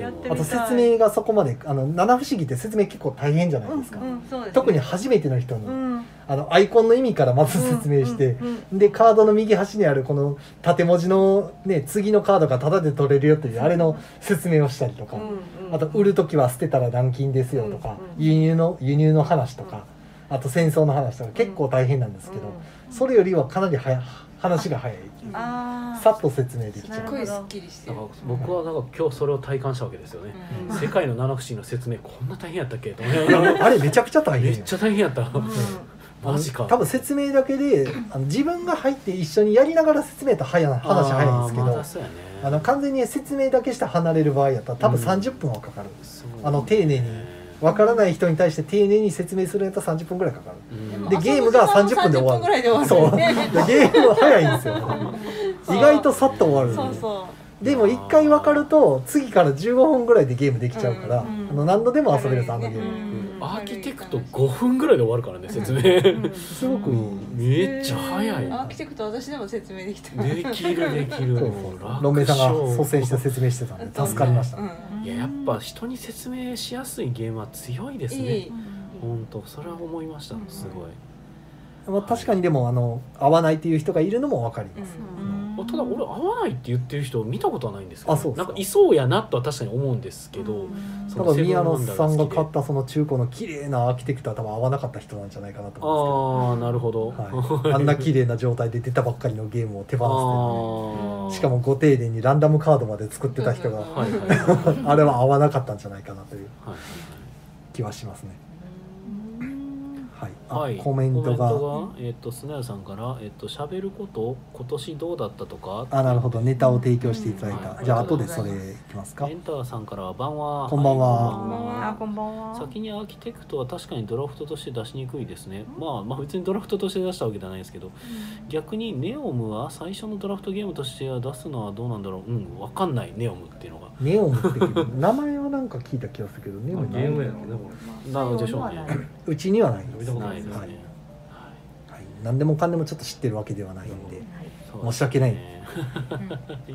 Speaker 5: へーやってみたい
Speaker 2: あと説明がそこまであの七不思議って説明結構大変じゃないですか、
Speaker 5: うんうんそうですね
Speaker 2: 特に初めての人に、
Speaker 5: うん
Speaker 2: あのアイコンの意味からまず説明して、
Speaker 5: うんうん
Speaker 2: でカードの右端にあるこの縦文字の、ね、次のカードがタダで取れるよというあれの説明をしたりとか、
Speaker 5: うんうん
Speaker 2: あと売る時は捨てたら軟禁ですよとか、
Speaker 5: うんうん
Speaker 2: 輸入の輸入の話とか、あと戦争の話とか結構大変なんですけど、それよりはかなり早い話が早い、
Speaker 5: あー
Speaker 2: さっと説明できち
Speaker 5: なる
Speaker 2: ゃ
Speaker 5: ほ
Speaker 2: う
Speaker 5: ど
Speaker 4: すっごいすっきりして
Speaker 1: だ
Speaker 4: る
Speaker 1: から僕はなんか今日それを体感したわけですよね、
Speaker 4: うん
Speaker 1: 世界の七不思議の説明こんな大変やったっけと思いながら
Speaker 2: あれめちゃくちゃ大
Speaker 1: め
Speaker 2: 変
Speaker 1: っ
Speaker 2: よ
Speaker 1: ちゃ大変やった、マジか
Speaker 2: 多分説明だけであの自分が入って一緒にやりながら説明と早な話早いんですけ
Speaker 1: あー
Speaker 2: ど
Speaker 1: まあ
Speaker 2: あ、
Speaker 1: そうやね
Speaker 2: の完全に説明だけして離れる場合やったら多分
Speaker 1: うん
Speaker 2: 30分はかかる、
Speaker 1: そう
Speaker 2: あの丁寧にわからない人に対して丁寧に説明するやつは30分ぐらいか かる
Speaker 3: うん
Speaker 2: でゲームが30分で終わる
Speaker 4: ぐらいで終
Speaker 2: そ
Speaker 4: わ
Speaker 2: う
Speaker 4: る
Speaker 2: で
Speaker 4: ね
Speaker 2: ゲームは早いんですよ
Speaker 4: そう
Speaker 2: 意外とさっと終わる
Speaker 4: そうそ
Speaker 2: でも1回分かると次から15分ぐらいでゲームできちゃうから、
Speaker 4: うんうん
Speaker 2: あの何度で
Speaker 4: う
Speaker 2: も遊べるんですあのゲーム、
Speaker 4: うん
Speaker 1: アーキテクト5分ぐらいで終わるからね説明
Speaker 2: すごくいい、
Speaker 1: めっちゃ早い
Speaker 4: アーキテクト私でも説明できた
Speaker 1: できるできる
Speaker 2: そう
Speaker 1: もう楽勝
Speaker 2: ロンメイさんが率先して説明してたんで 助かりました、
Speaker 4: うん
Speaker 1: いややっぱ人に説明しやすいゲームは強いです
Speaker 4: い
Speaker 1: ね
Speaker 4: い
Speaker 1: 本当それは思いました
Speaker 4: うん
Speaker 1: すごい
Speaker 2: まあ、確かにでもあの合わないっていう人がいるのも分かります、
Speaker 1: まあただ俺合わないって言ってる人を見たことはないんですけ
Speaker 2: あそう
Speaker 1: ど
Speaker 2: ですか
Speaker 1: なんかいそうやなとは確かに思うんですけどそ
Speaker 2: 多
Speaker 1: の
Speaker 2: 分
Speaker 1: セブン
Speaker 2: 宮
Speaker 1: ワ
Speaker 2: 野
Speaker 1: ンダー
Speaker 2: さ
Speaker 1: 好
Speaker 2: んが
Speaker 1: きで
Speaker 2: 買ったその中古の綺麗なアーキテクトは多分合わなかった人なんじゃないかなと思
Speaker 1: ああなるほど
Speaker 2: うんですけど、はい、あんな綺麗な状態で出たばっかりのゲームを手放
Speaker 1: ああ
Speaker 2: してしかもご丁寧にランダムカードまで作ってた人
Speaker 4: うん
Speaker 2: が
Speaker 1: はいはいはいはい
Speaker 2: あれは合わなかったんじゃないかなという
Speaker 1: はい
Speaker 2: 気はしますねはい、 あ
Speaker 1: はい、
Speaker 2: コメン
Speaker 1: コメ
Speaker 2: トが
Speaker 1: ントがえっ、と砂谷さんからえっ、と喋ること今年どうだったとか
Speaker 2: あなるほどネタを提供していただい
Speaker 1: うん
Speaker 2: た、
Speaker 1: はい
Speaker 2: じゃあ後でそれいきますか
Speaker 1: エンターさんからは晩は
Speaker 2: こんばんは
Speaker 1: こんばんは
Speaker 5: あこんばんは
Speaker 1: 先にアーキテクトは確かにドラフトとして出しにくいですね、まあ、まあ別にドラフトとして出したわけじゃないですけど、逆にネオムは最初のドラフトゲームとしては出すのはどうなんだろううん分かんないネオムっていうのが
Speaker 2: ネオンっていう名前はなんか聞いた気がするけどネオン
Speaker 3: ゲームやろうねこ
Speaker 1: なのでしょうね
Speaker 2: うちにはないんです
Speaker 3: 見たこ
Speaker 1: ないですね、
Speaker 2: はいはい、何でもかんでもちょっと知ってるわけではないんで、
Speaker 1: そうです
Speaker 2: 申し訳ない
Speaker 1: ね
Speaker 2: はい、
Speaker 3: れ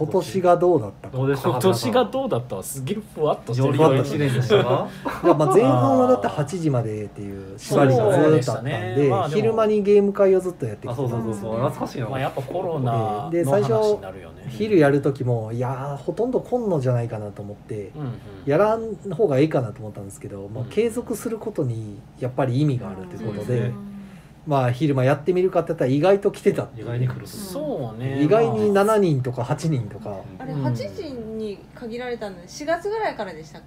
Speaker 2: 今年がどうだったか
Speaker 3: どうでした
Speaker 1: 今年がどうだったわすげえふわっとして
Speaker 3: よ
Speaker 1: る
Speaker 3: り良い一年でしたか
Speaker 2: いやまあ前半はだって8時までっていう縛りがずーっとあっ
Speaker 1: そ
Speaker 2: たん
Speaker 1: うで
Speaker 2: で
Speaker 1: したねまあでも
Speaker 2: 昼間にゲーム会をずっとやって
Speaker 3: あ
Speaker 2: きて
Speaker 3: そうそうそうそう懐かしいな、
Speaker 1: まあやっぱコロナ
Speaker 2: で
Speaker 1: の
Speaker 2: 最初
Speaker 1: 話になるよね
Speaker 2: 昼やる時もいやーほとんど今のじゃないかなと思って
Speaker 1: うんうん
Speaker 2: やらん方がいいかなと思ったんですけど、まあ
Speaker 1: う、ん
Speaker 2: 継続することにやっぱり意味があるということで、
Speaker 1: うん
Speaker 2: まあ昼間やってみるかって言ったら意外と来てたって
Speaker 3: 意
Speaker 2: いう
Speaker 3: 外に来る
Speaker 1: そうね
Speaker 2: 意外に
Speaker 1: まあ
Speaker 2: 7人とか8人とか
Speaker 4: あれ8時に限られたの4月ぐらいからでしたっ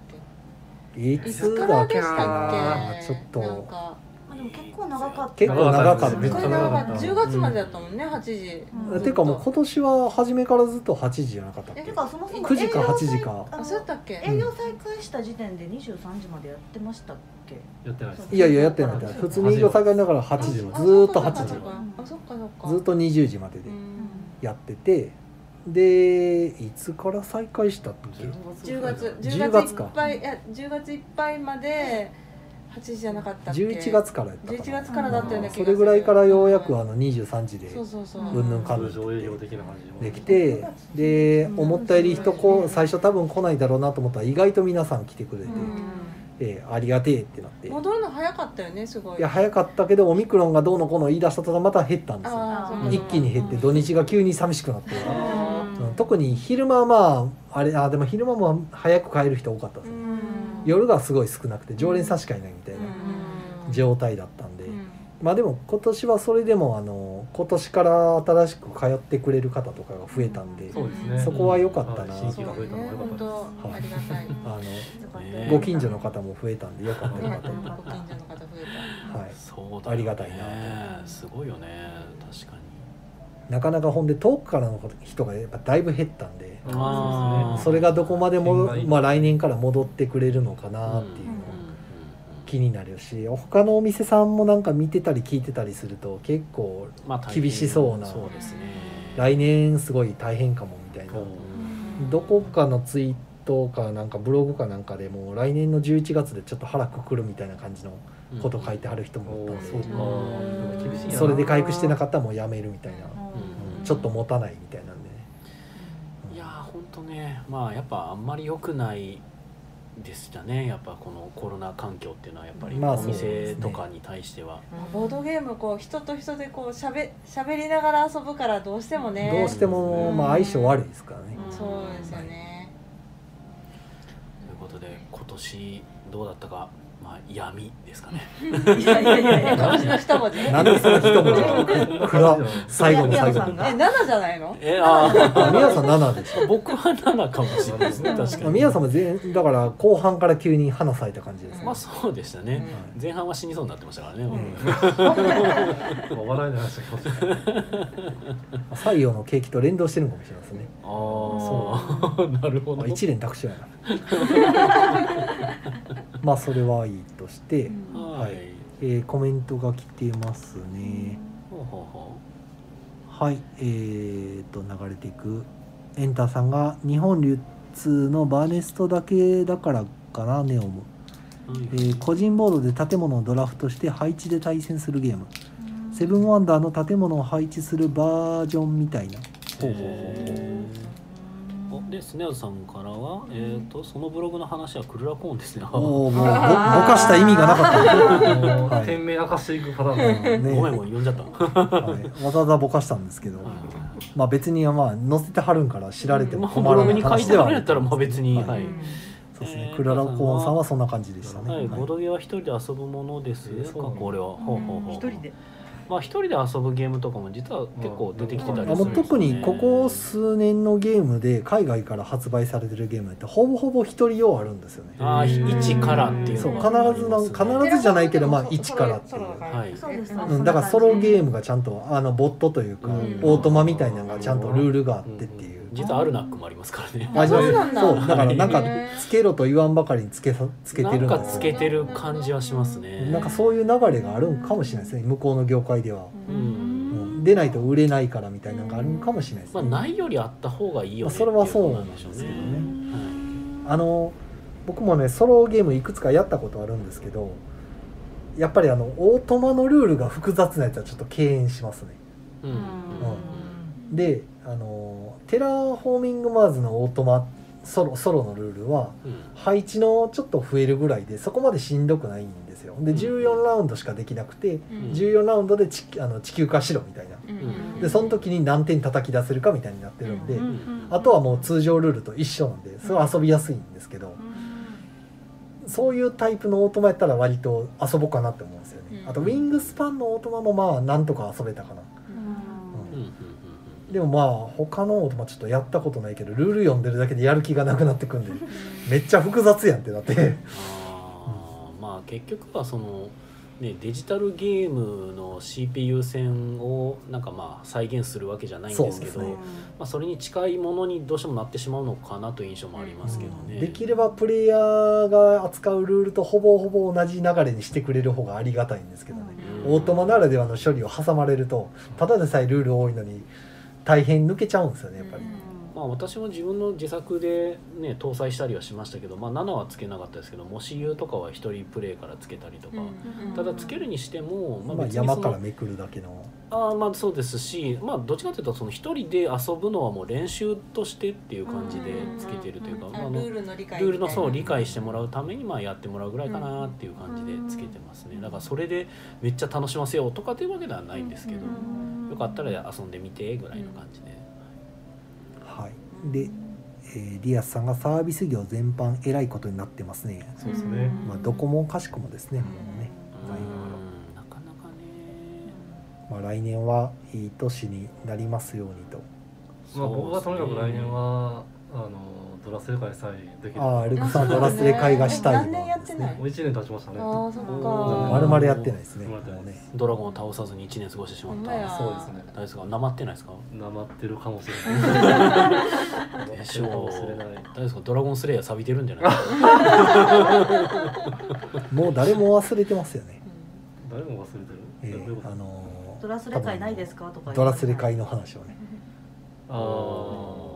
Speaker 2: い
Speaker 4: けい
Speaker 2: つ
Speaker 4: つか
Speaker 2: だ
Speaker 4: ら
Speaker 2: っ
Speaker 4: で
Speaker 2: け
Speaker 4: した
Speaker 2: な
Speaker 4: っけ
Speaker 2: ちょっ
Speaker 4: なん
Speaker 2: と
Speaker 4: か
Speaker 6: あでも結構長かった
Speaker 2: 結構長かった
Speaker 4: す
Speaker 2: で
Speaker 4: ご
Speaker 2: す
Speaker 4: い
Speaker 2: ね
Speaker 4: 長か
Speaker 3: 長
Speaker 4: っ
Speaker 3: か
Speaker 4: た
Speaker 3: った
Speaker 4: 10月までだったもんね8時
Speaker 6: うん
Speaker 2: ていうかもう今年は初めからずっと8時じゃなかったっけ
Speaker 6: てかそもそも
Speaker 2: 9時か
Speaker 6: 営業
Speaker 2: 8
Speaker 6: 再
Speaker 2: 時か
Speaker 6: あ
Speaker 4: あ
Speaker 6: の
Speaker 4: そうだったっけ
Speaker 6: 営業再開した時点で23時までやってましたっけ
Speaker 3: やってないです
Speaker 2: いやいややってないやってない普通に営業再開だから8時ずーっと8時
Speaker 4: あそっかそっか
Speaker 2: ずっと20時までで
Speaker 4: うん
Speaker 2: やっててでいつから再開したっけ
Speaker 4: 10月
Speaker 2: 10
Speaker 4: 10
Speaker 2: 月
Speaker 4: 月
Speaker 2: か
Speaker 4: いっぱいいや10月いっぱいまで8時じゃなかったっけ
Speaker 2: 11月からやった
Speaker 4: 11
Speaker 2: かな
Speaker 4: 月からだったような気がす
Speaker 2: そ
Speaker 4: る
Speaker 2: れぐらいからようやくあの23時で
Speaker 4: そうそうそう
Speaker 2: うんぬんかんぬん
Speaker 3: 通常営業的な感じも
Speaker 2: できてで思ったより人こう最初多分来ないだろうなと思ったら意外と皆さん来てくれて、
Speaker 4: うん
Speaker 2: えーありがてえってなってい
Speaker 4: 戻るの早かったよねすごい
Speaker 2: や早かったけどオミクロンがどうのこうの言い出した途端また減ったんですよ
Speaker 4: あー
Speaker 2: 一気に減って土日が急に寂しくなって、
Speaker 4: うん
Speaker 2: うん特に昼間はまああれあでも昼間も早く帰る人多かったです
Speaker 4: う
Speaker 2: ね、
Speaker 4: ん
Speaker 2: 夜がすごい少なくて常連さんしかいないみたいな
Speaker 4: うん
Speaker 2: 状態だったんで、
Speaker 4: うん
Speaker 2: まあでも今年はそれでもあの今年から新しく通ってくれる方とかが増えたんで、
Speaker 3: そうですね
Speaker 2: そこは良かったな
Speaker 3: はい新
Speaker 4: そ
Speaker 3: 規が
Speaker 4: うだ
Speaker 3: 増えたの
Speaker 4: ね
Speaker 3: は良か
Speaker 4: 本
Speaker 3: ったです
Speaker 4: 当あり がたい
Speaker 1: ね
Speaker 2: あのご近所の方も増えたんでよかったよか
Speaker 4: ね
Speaker 2: った、は
Speaker 4: ご近所の方増え
Speaker 2: い、
Speaker 1: そうだよね
Speaker 2: ありがたいな
Speaker 1: すごいよね確かに
Speaker 2: なかなかほんで遠くからの人がやっぱだいぶ減ったんで
Speaker 1: あー
Speaker 2: それがどこまでも
Speaker 3: う、ん
Speaker 2: まあ、来年から戻ってくれるのかなっていうの
Speaker 1: うんうんう
Speaker 2: も
Speaker 1: ん
Speaker 2: 気になるし他のお店さんもなんか見てたり聞いてたりすると結構
Speaker 1: まあ大変
Speaker 2: 厳しそうな
Speaker 1: そうですね
Speaker 2: 来年すごい大変かもみたいな
Speaker 1: そう
Speaker 2: どこかのツイートかなんかブログかなんかでもう来年の11月でちょっと腹くくるみたいな感じのこと書いてある人もお
Speaker 3: お
Speaker 2: っ
Speaker 3: ー
Speaker 2: たん
Speaker 3: そう
Speaker 2: で
Speaker 3: かでも厳しいな
Speaker 2: それで回復してなかったらもうやめるみたいな、
Speaker 1: ん
Speaker 2: うんちょっと持たないみたいなんでね
Speaker 1: いやー本当ねまあやっぱあんまり良くないでしたねやっぱこのコロナ環境っていうのはやっぱり
Speaker 2: まあ
Speaker 1: お
Speaker 2: そうですね
Speaker 1: 店とかに対しては、
Speaker 4: ボードゲームこう人と人でこうしゃべしゃべりながら遊ぶからどうしてもね
Speaker 2: どうしてもまあ相性悪いですからね、
Speaker 4: そうですよね
Speaker 1: ということで今年どうだったかまあ闇ですか ね
Speaker 4: いやいやいや今年の一文字え
Speaker 2: なんでその一文字暗っ最後の最後
Speaker 6: いや宮野さんが
Speaker 2: に
Speaker 4: 7じゃないの
Speaker 1: えあ
Speaker 2: あ
Speaker 1: ー
Speaker 2: 宮さん7でし
Speaker 1: 僕は7かもしれないですね確か
Speaker 2: た
Speaker 1: に
Speaker 2: 宮さんも全だから後半から急に花咲いた感じですね、
Speaker 1: まあそうでしたね、
Speaker 2: はい
Speaker 1: 前半は死にそうになってましたからね、
Speaker 2: ん
Speaker 3: お笑いの話が来ましたね
Speaker 2: 採用の景気と連動してるのかもしれないですね
Speaker 1: ああ そうなるほど
Speaker 2: 一連卓上やなまあそれはいいとして、
Speaker 1: は
Speaker 2: はい
Speaker 1: い
Speaker 2: えーコメントが来てますね、
Speaker 1: ほうほうほ
Speaker 2: はいえー、と流れていくエンタさんが日本流通のバーネストだけだからかなネオも、
Speaker 1: うはい
Speaker 2: えー個人ボードで建物をドラフトして配置で対戦するゲームセブンワンダーの建物を配置するバージョンみたいな
Speaker 1: ほうほうほうほうおでスネアズさんからは、えー、とそのブログの話はクルラコーンですねご
Speaker 2: お おもうぼぼかした意味がなかった
Speaker 3: もう
Speaker 2: はい
Speaker 3: 店名明かしていくパ ターンだ
Speaker 2: ね
Speaker 1: めんごめん呼んじゃったは
Speaker 2: はいわざわざぼかしたんですけど、
Speaker 1: い
Speaker 2: まあ別にまあ載せてはるんから知られて
Speaker 1: ま
Speaker 2: も
Speaker 1: あブ
Speaker 2: 困ら
Speaker 1: ロ
Speaker 2: な
Speaker 1: グ
Speaker 2: い
Speaker 1: に書い
Speaker 2: 話
Speaker 1: て
Speaker 2: で
Speaker 1: あ
Speaker 2: はあ
Speaker 1: るん
Speaker 2: る
Speaker 1: やったらまあ別に
Speaker 2: はい
Speaker 1: はい、
Speaker 2: そうです
Speaker 1: え
Speaker 2: ね
Speaker 1: ー
Speaker 2: クララコーンさんはそんな感じでしたね、
Speaker 1: はい、
Speaker 2: はい
Speaker 1: ボードゲーは一人で遊ぶものです
Speaker 3: えー
Speaker 1: か
Speaker 3: そうなんだ
Speaker 1: これは、ほうほうほう
Speaker 5: 一人で
Speaker 1: まあ一人で遊ぶゲームとかも実は結構出てきてたり
Speaker 2: あ
Speaker 1: するんです
Speaker 2: も
Speaker 1: よ
Speaker 2: う
Speaker 1: ね
Speaker 2: 特にここ数年のゲームで海外から発売されてるゲームってほぼほぼ一人用あるんですよね
Speaker 1: ああ
Speaker 6: うん
Speaker 1: 一からっていう
Speaker 2: そう
Speaker 1: の
Speaker 2: 必
Speaker 1: があり
Speaker 2: ず
Speaker 1: ま
Speaker 2: な
Speaker 1: すね
Speaker 2: 必ずじゃないけどまあ一からっていう
Speaker 1: はい
Speaker 6: そうです
Speaker 5: あ
Speaker 2: うん、だからソロゲー
Speaker 6: ム
Speaker 2: ムがちゃんとあのボットというか、
Speaker 1: うん
Speaker 2: オートマみたいなのがちゃんとルールがあってっていう、
Speaker 1: ん実はアルナックもありますからね
Speaker 2: あ
Speaker 6: そうなんだ
Speaker 2: そうだからなんかつけろと言わんばかりにつけさつけてるん
Speaker 1: な
Speaker 2: で
Speaker 1: んか
Speaker 2: す
Speaker 1: つ
Speaker 2: よ
Speaker 1: けてる感じはしますね
Speaker 2: なんかそういう流れがあるんかもしれないですね向こうの業界では、
Speaker 1: う
Speaker 2: うんん、出ないと売れないからみたいなのがあるんかもしれないです
Speaker 1: まあ
Speaker 2: ね、
Speaker 1: ないよりあった方がいいよ
Speaker 2: まあ
Speaker 1: ね
Speaker 2: それはそうなん
Speaker 1: ってい
Speaker 2: で
Speaker 1: こ
Speaker 2: す
Speaker 1: とな
Speaker 2: け
Speaker 1: んしょう
Speaker 2: どね、
Speaker 1: はい
Speaker 2: あの僕もねソロゲームいくつかやったことあるんですけどやっぱりあのオートマのルールが複雑なやつはちょっと敬遠しますね
Speaker 1: うん
Speaker 2: であのテラフォーミングマーズのオートマソロソロのルールは
Speaker 1: うん
Speaker 2: 配置のちょっと増えるぐらいでそこまでしんどくないんですよで14ラウンドしかできなくて
Speaker 1: ん
Speaker 2: 14ラウンドで地あの地球化しろみたいなでその時に何点叩き出せるかみたいになってるんで
Speaker 1: うん
Speaker 2: あとはもう通常ルールと一緒なんですごい遊びやすいんですけどそういうタイプのオートマやったら割と遊ぼうかなって思うんですよね
Speaker 4: うん
Speaker 2: あとウィングスパンのオートマもまあなんとか遊べたかな
Speaker 1: うんうん
Speaker 2: でもまあ他のオートマちょっとやったことないけどルール読んでるだけでやる気がなくなってくんで めっちゃ複雑やんってなって
Speaker 1: あーまあ結局はそのね、デジタルゲームの CPU 線をなんかまあ再現するわけじゃないんですけど
Speaker 2: そうですね
Speaker 1: まあ、それに近いものにどうしてもなってしまうのかなという印象もありますけどね。
Speaker 2: できればプレイヤーが扱うルールとほぼほぼ同じ流れにしてくれる方がありがたいんですけどね、
Speaker 1: うん
Speaker 2: オートマならではの処理を挟まれるとただでさえルール多いのに大変抜けちゃうんですよねやっぱり、
Speaker 1: まあ、私も自分の自作で、ね、搭載したりはしましたけど、まあ、7はつけなかったですけど「もし言う」とかは一人プレイからつけたりとか、ただつけるにしても、まあ、
Speaker 2: まあ
Speaker 1: 別にそ
Speaker 2: 山から
Speaker 1: の
Speaker 2: めくるだけの
Speaker 1: あーまあそうですし、まあ、どっちかというとその一人で遊ぶのはもう練習としてっていう感じでつけてるというか、まあ、あの
Speaker 4: ルー
Speaker 1: ル
Speaker 4: ルの理解
Speaker 1: ールのそう理
Speaker 4: 理
Speaker 1: 解してもらうためにまあやってもらうぐらいかなっていう感じでつけてますねだからそれでめっちゃ楽しませようとかというわけではないんですけど、よかったら遊んでみてぐらいの感じで。
Speaker 2: はいで、えーディアスさんがサービス業全般えらいことになってますね、
Speaker 3: そうですね
Speaker 2: まあ、どこもかしこもですねもうね
Speaker 1: うんなかなかね
Speaker 2: まあ、来年はいい年になりますようにと。
Speaker 3: まあ僕はと
Speaker 1: そう
Speaker 3: に
Speaker 1: です
Speaker 3: か
Speaker 1: ね
Speaker 3: く来年はあのドラスレ開催できる
Speaker 2: ああ、
Speaker 3: も
Speaker 2: アルクさんドラスレ会がしたいわ
Speaker 4: 何年やってない
Speaker 3: 1年経ちましたね
Speaker 4: ああそっ
Speaker 1: ー
Speaker 2: 丸
Speaker 4: か
Speaker 2: 々やってないですね。も
Speaker 3: 丸々やっ
Speaker 2: う
Speaker 3: てない
Speaker 2: ね
Speaker 3: です
Speaker 1: ドラゴンを倒さずに1年過ごしてしま
Speaker 4: ほ
Speaker 1: っ
Speaker 4: ん
Speaker 1: た
Speaker 4: まや
Speaker 1: 大
Speaker 3: そうですね
Speaker 1: 丈夫ですかなまってないです か
Speaker 3: なまってるかもしれ ない
Speaker 1: でし
Speaker 3: なまってるか
Speaker 1: ょ
Speaker 3: もし
Speaker 1: う
Speaker 3: れな
Speaker 1: 大
Speaker 3: い
Speaker 1: 丈夫ですかドラゴンスレイヤー錆びてるんじゃないですか
Speaker 2: もう誰も忘れてますよね。
Speaker 3: 誰も忘れ
Speaker 2: え
Speaker 3: てるどういうこ
Speaker 2: ー、
Speaker 3: と
Speaker 2: あのー
Speaker 6: ドラスレ会ないですかとか言って
Speaker 2: ドラスレ会の話をね。
Speaker 3: ああも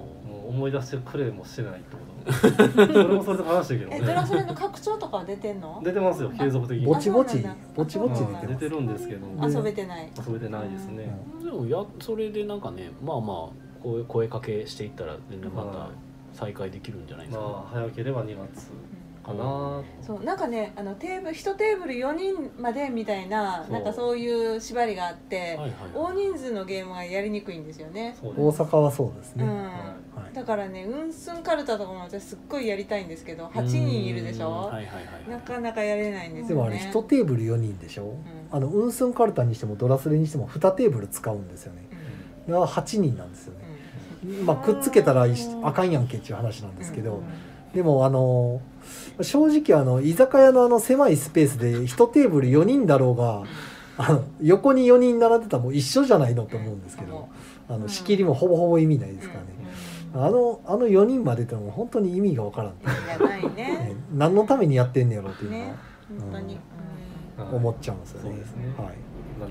Speaker 3: う思い出してくれもしてないってことそれもそれで話してるけ
Speaker 4: え
Speaker 3: ど
Speaker 4: ドラ
Speaker 3: ね
Speaker 4: スレの拡張とかは出てんの
Speaker 3: 出てますよ継続的に
Speaker 2: ぼちぼち
Speaker 4: あそうなんだ、
Speaker 2: ぼちぼち
Speaker 4: あ
Speaker 2: 出
Speaker 3: 出
Speaker 2: て
Speaker 3: て
Speaker 2: ま
Speaker 3: るんですけど
Speaker 2: あ
Speaker 4: 遊べてない
Speaker 3: 遊べてないですね、
Speaker 2: うん
Speaker 1: でもやそれでなんかねまあまあ声声かけしていったら全然ま
Speaker 3: は
Speaker 1: た再開できるんじゃないですか、
Speaker 3: まあ早ければ2月かな
Speaker 4: そうなんかねあのテーブル1テーブル4人までみたいな
Speaker 3: そう
Speaker 4: なんかそういう縛りがあっ
Speaker 1: はい
Speaker 4: て、
Speaker 1: はい
Speaker 4: 大人数のゲームはやりにくいんですよね、
Speaker 3: そう
Speaker 2: す。
Speaker 3: です
Speaker 2: 大阪はそうです
Speaker 4: う
Speaker 2: ね。
Speaker 4: ん
Speaker 2: は
Speaker 4: だからねうんすんかるたとかも私すっごいやりたいんですけど8
Speaker 1: うん
Speaker 4: 人いるでしょ、
Speaker 1: はいはいはい
Speaker 4: なかなかやれないんで
Speaker 2: い。
Speaker 4: す
Speaker 2: で
Speaker 4: よ
Speaker 2: もあれ
Speaker 4: ね
Speaker 2: 一テーブル4人でしょ、
Speaker 4: ん
Speaker 2: あのウンスンカルタにしてもドラスレにしても2テーブル使うんですよね
Speaker 4: うん
Speaker 2: だから8人なんですよね、まあ
Speaker 6: うん
Speaker 2: くっつけたらいしあかんやんけっていう話なんですけど、でもあの正直あの居酒屋のあの狭いスペースで1テーブル4人だろうがあの横に4人並んでたらもう一緒じゃないのと思うんですけどあの仕切りもほぼほぼ意味ないですからね、
Speaker 4: うん
Speaker 2: あのあの4人までってのも本当に意味がわからん、ね、
Speaker 4: じゃない ね。
Speaker 2: 何のためにやってんねやろっていうの
Speaker 4: ね
Speaker 2: は、
Speaker 4: 本当に。
Speaker 2: う
Speaker 4: うんん
Speaker 2: 思っちゃうんですよね,、
Speaker 3: そうですね
Speaker 2: はい
Speaker 3: 残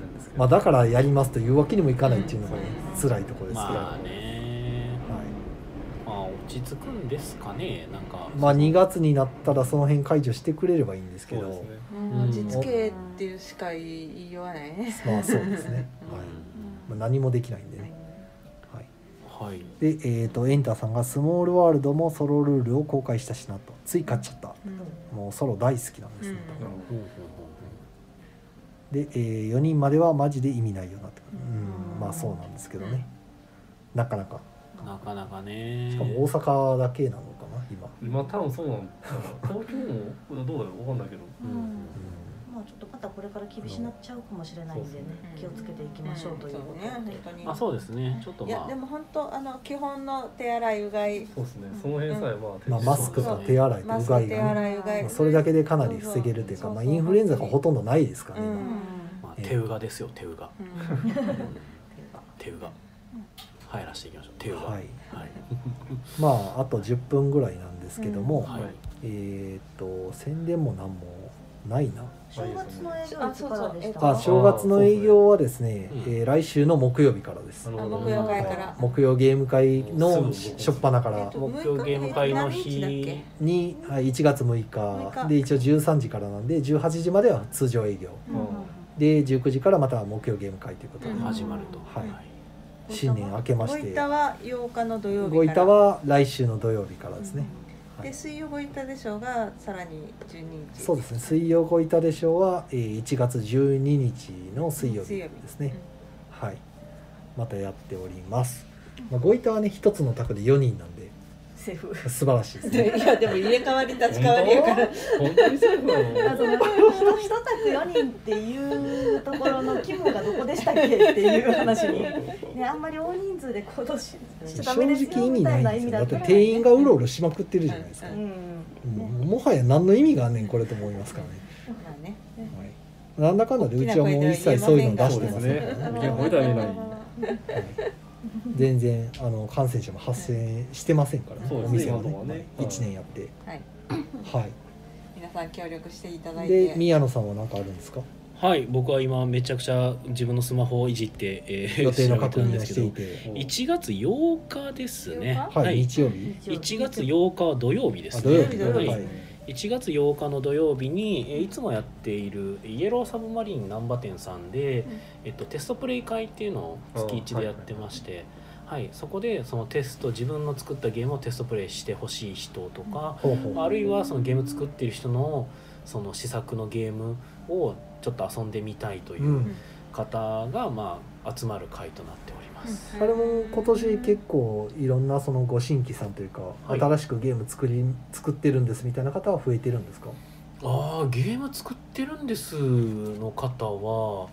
Speaker 3: 念ですけど、
Speaker 2: まあ、だからやりますというわけにもいかないっていうのが、ね
Speaker 5: うん
Speaker 2: 辛いところですけど、
Speaker 7: まあね
Speaker 2: はい
Speaker 7: まあ落ち着くんですかねなんか
Speaker 2: まあ、2月になったらその辺解除してくれればいいんですけ
Speaker 3: そう
Speaker 2: ど
Speaker 3: ですね
Speaker 4: もう実刑っていうしか言いようがないね。
Speaker 2: まあそうですね、 はいまあ、何もできないんでね、はい、
Speaker 7: はい
Speaker 2: で、えー、とエンターさんが「スモールワールドもソロルールを公開したしな」と「つい買っちゃった」もうソロ大好きなんですね、
Speaker 4: うん
Speaker 7: ほうほうほ
Speaker 2: とで、え4人まではマジで意味ないよなってうんまあそうなんですけどね、なかなか
Speaker 7: うほうなかなかね
Speaker 2: しかも大阪だけなのかな今、
Speaker 3: まあ多分そうなんだろう東京もどうだろうわかんないけど
Speaker 7: うんうん
Speaker 6: まあちょっとまたこれから厳しくなっちゃうかもしれないんでね
Speaker 4: うん
Speaker 6: 気をつけていきましょうということ
Speaker 4: んそ
Speaker 6: で、
Speaker 4: ね本当に
Speaker 7: あそうですねちょっと
Speaker 4: いや
Speaker 7: ま
Speaker 4: でも本当あの基本の手洗いうがい
Speaker 3: そうですねその辺さえまあ
Speaker 2: まあ、マスク
Speaker 3: そ
Speaker 2: と
Speaker 3: うですね
Speaker 2: 手洗いと
Speaker 4: マ
Speaker 2: う
Speaker 4: ス
Speaker 2: が
Speaker 4: ク
Speaker 2: い
Speaker 4: 手
Speaker 2: が、ね
Speaker 4: 洗いうが
Speaker 2: ま
Speaker 4: い
Speaker 2: あ、それだけでかなり防げるというか、まあ、インフルエンザがほとんどないですから
Speaker 4: う
Speaker 2: ね、
Speaker 4: ん
Speaker 2: 今
Speaker 7: あまあ手うがですよ手うが
Speaker 4: うん
Speaker 7: 手うが入らしていきましょう手うが
Speaker 2: はい
Speaker 7: はい
Speaker 2: まああと10分ぐらいなんですけども、
Speaker 7: はい
Speaker 2: えーっと宣伝も何もないな
Speaker 6: 正月の営業いつからでした
Speaker 2: あ
Speaker 6: か
Speaker 2: 正月の営業はですね
Speaker 7: そうですね
Speaker 2: えー来週の木曜日からです、
Speaker 3: な
Speaker 4: あ
Speaker 3: るほど
Speaker 4: 木曜会から
Speaker 2: 木曜ゲーム会
Speaker 3: う
Speaker 2: の
Speaker 3: ん
Speaker 2: し初っ端か
Speaker 4: え
Speaker 2: ら
Speaker 4: っと
Speaker 7: 木曜ゲーム会の日
Speaker 4: 何日だっ
Speaker 2: にはい1月6
Speaker 4: 6
Speaker 2: 日
Speaker 4: 日
Speaker 2: で一応13時からなんで18時までは通常営業
Speaker 3: うん
Speaker 2: で19時からまた木曜ゲーム会ということで、
Speaker 4: うん
Speaker 7: 始まると
Speaker 2: はい
Speaker 7: はい
Speaker 4: け
Speaker 2: 新年明けまし
Speaker 4: ご
Speaker 2: て
Speaker 4: いたは8日の土曜日から
Speaker 2: ごいたは来週の土曜日からですね、はい
Speaker 4: で水曜ごいたでしょうがさらに12日
Speaker 2: そうですね水曜ごいたでしょうはえー1月12日の水曜日
Speaker 4: 水曜日
Speaker 2: ですね、はい、またやっております。まあ、ごいたはね、一つの卓で4人なんで、
Speaker 6: セーフ
Speaker 2: 素晴らしいです
Speaker 4: い
Speaker 2: ね。
Speaker 4: やでも入れ替わり立ち替わりやから
Speaker 3: 本当にセーフなの
Speaker 6: あその人一択四人っていうところの規模がどこでしたっけっていう話に、ね、あんまり大人数で行動し しちゃダ
Speaker 2: 正
Speaker 6: メです
Speaker 2: 直
Speaker 6: よ
Speaker 2: 意
Speaker 6: み
Speaker 2: 味
Speaker 6: た
Speaker 2: ないいん
Speaker 6: な
Speaker 2: ですよ。だっ
Speaker 6: 意味だっ
Speaker 2: て
Speaker 6: たら
Speaker 2: 店員がうろうろしまくってるじゃないですか
Speaker 4: う。
Speaker 6: うん
Speaker 2: も
Speaker 6: ね
Speaker 2: うもはや何の意味があんねんこれと思いますからね。
Speaker 4: まあね
Speaker 2: はいなんだかんだでうちはもう一切そういうの出してませんからね
Speaker 3: そうですねいやごいたは見ない
Speaker 2: 全然あの感染者も発生してませんから、
Speaker 3: そう
Speaker 2: お
Speaker 3: ですね
Speaker 2: 店は
Speaker 3: 今のところ
Speaker 2: ね
Speaker 3: はね
Speaker 2: 1年やって
Speaker 4: はい
Speaker 2: はい
Speaker 4: 皆さん協力していただい
Speaker 2: で
Speaker 4: て
Speaker 2: 宮野さんは何かあるんですか
Speaker 1: はい僕は今めちゃくちゃ自分のスマホをいじって、えー
Speaker 2: 予定の
Speaker 1: 調べ
Speaker 2: 確
Speaker 1: たん
Speaker 2: 認
Speaker 1: で
Speaker 2: を
Speaker 1: すけ
Speaker 2: してい
Speaker 1: ど
Speaker 2: て
Speaker 1: 1月8日ですね
Speaker 5: 8
Speaker 2: はい日曜日
Speaker 1: 1月8日は土曜日で
Speaker 2: あ
Speaker 1: す
Speaker 2: 土
Speaker 1: ね
Speaker 2: 曜日
Speaker 4: 土曜日
Speaker 2: は
Speaker 1: はいい、1月8日の土曜日にえーいつもやっているイエローサブマリン難波店さんで、えっと、テストプレイ会っていうのを月1でやってまして、はい、そこでそのテスト自分の作ったゲームをテストプレイしてほしい人とか、
Speaker 2: ほうほう
Speaker 1: あるいはそのゲーム作ってる人のその試作のゲームをちょっと遊んでみたいといううん方が、まあ、集まる会となっております。
Speaker 2: あれも今年結構いろんなそのご新規さんというか、
Speaker 1: はい
Speaker 2: 新しくゲーム作り作ってるんですみたいな方は増えてるんですか
Speaker 1: ああゲーム作ってるんですの方は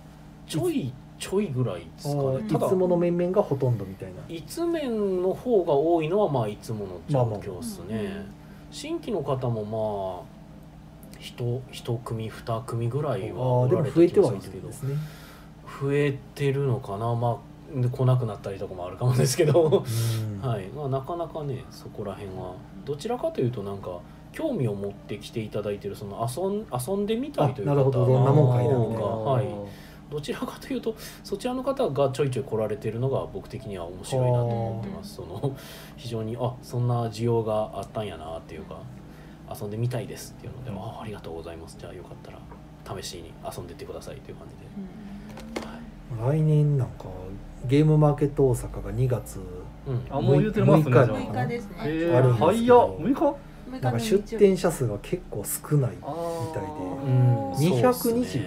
Speaker 1: ちょいちょいぐらいですか
Speaker 2: あ
Speaker 1: ね
Speaker 2: ー
Speaker 1: ただ
Speaker 2: いつもの面々がほとんどみたいない
Speaker 1: つ面の方が多いのはまあいつもの状況ですね、
Speaker 6: まあまあうん
Speaker 1: 新規の方もまあ一一組二組ぐら
Speaker 2: あ
Speaker 1: いは
Speaker 2: ー
Speaker 1: お
Speaker 2: で
Speaker 1: ら
Speaker 2: も
Speaker 1: れ
Speaker 2: 増えて
Speaker 1: た気が
Speaker 2: は
Speaker 1: す
Speaker 2: い
Speaker 1: るん
Speaker 2: る
Speaker 1: ですけ
Speaker 2: ん
Speaker 1: ど
Speaker 2: ですね
Speaker 1: 増えてるのかなまあで来なくなったりとかもあるかもですけど
Speaker 2: うん
Speaker 1: はいまあなかなかねそこら辺はどちらかというとなんか興味を持って来ていただいてるその遊ん遊んでみたいという
Speaker 2: あなるほどどんなもんかいなみたいな
Speaker 1: 方がはい、どちらかというとそちらの方がちょいちょい来られてるのが僕的には面白いなと思ってますその非常にあそんな需要があったんやなっていうか遊んでみたいですっていうので、あありがとうございますじゃあよかったら試しに遊んでってくださいっていう感じで、はい
Speaker 2: 来年なんかゲームマーケット大阪が2月
Speaker 1: うん、
Speaker 3: あもう言うてますねじゃあ
Speaker 2: もう一
Speaker 4: 6日ですね
Speaker 3: え
Speaker 2: あ
Speaker 3: ー、
Speaker 2: るんです
Speaker 3: 早
Speaker 2: けど
Speaker 3: っ6日
Speaker 4: 6
Speaker 2: な
Speaker 4: 日
Speaker 2: ん
Speaker 4: の
Speaker 2: か
Speaker 4: 日曜
Speaker 2: 出
Speaker 4: 日
Speaker 2: 店者数が結構少ない
Speaker 3: あー
Speaker 2: みたいで
Speaker 1: うん
Speaker 2: 220
Speaker 1: そうっすね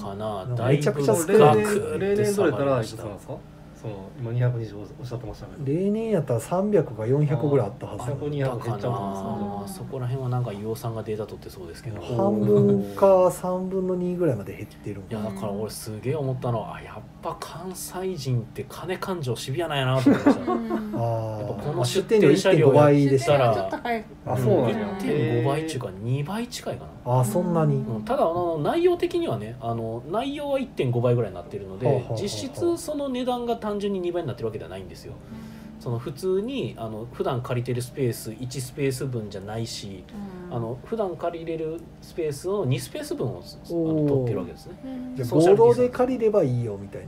Speaker 1: かなだいぶ
Speaker 2: めちゃくちゃ少ない
Speaker 1: ガ
Speaker 3: 例
Speaker 1: クッ
Speaker 3: 年例
Speaker 1: て
Speaker 3: 年ど
Speaker 1: 下
Speaker 3: れた
Speaker 1: がりま
Speaker 3: らいく
Speaker 1: し
Speaker 3: つ
Speaker 1: た
Speaker 3: なんですかその今220おっしゃってましたけど
Speaker 2: 例年やったら300か400ぐらいあったはずな
Speaker 3: あー
Speaker 2: のに
Speaker 3: 200
Speaker 1: だから
Speaker 6: うん
Speaker 1: そこら辺はなんか伊尾さんがデータ取ってそうですけど
Speaker 2: 半分か3分の2ぐらいまで減ってる
Speaker 1: い
Speaker 2: んか
Speaker 1: やだから俺すげえ思ったのはあやっぱ関西人って金感情シビアなんやなと思いました
Speaker 4: う
Speaker 1: ね
Speaker 4: ん
Speaker 2: あ
Speaker 1: やっぱ
Speaker 2: ー
Speaker 1: こ
Speaker 2: ま
Speaker 1: の
Speaker 2: あ
Speaker 1: 出
Speaker 2: 出
Speaker 1: 店
Speaker 2: 店
Speaker 1: 料1.5
Speaker 2: 料1.5倍で
Speaker 4: 出
Speaker 2: し
Speaker 1: したた
Speaker 4: 店
Speaker 1: ら
Speaker 4: はちょっと早い
Speaker 2: あ
Speaker 3: そうなんや
Speaker 1: 1.5倍っていうか2倍近いかな
Speaker 2: あーそんなに、
Speaker 1: うんただあの内容的にはねあの内容は1.5倍ぐらいになってるの
Speaker 2: はあは
Speaker 1: で
Speaker 2: あはあ
Speaker 1: 実質その値段が単純に2倍になってるわけではないんですよその普通にあの普段借りてるスペース1スペース分じゃないし、あの普段借りれるスペースを2スペース分をあ
Speaker 2: お
Speaker 1: の
Speaker 2: ー
Speaker 1: 取ってるわけですね。
Speaker 2: じゃあ
Speaker 1: ソーシャ
Speaker 2: 合
Speaker 1: ルディ
Speaker 2: 同
Speaker 1: スタンス
Speaker 2: で借りればいいよみたい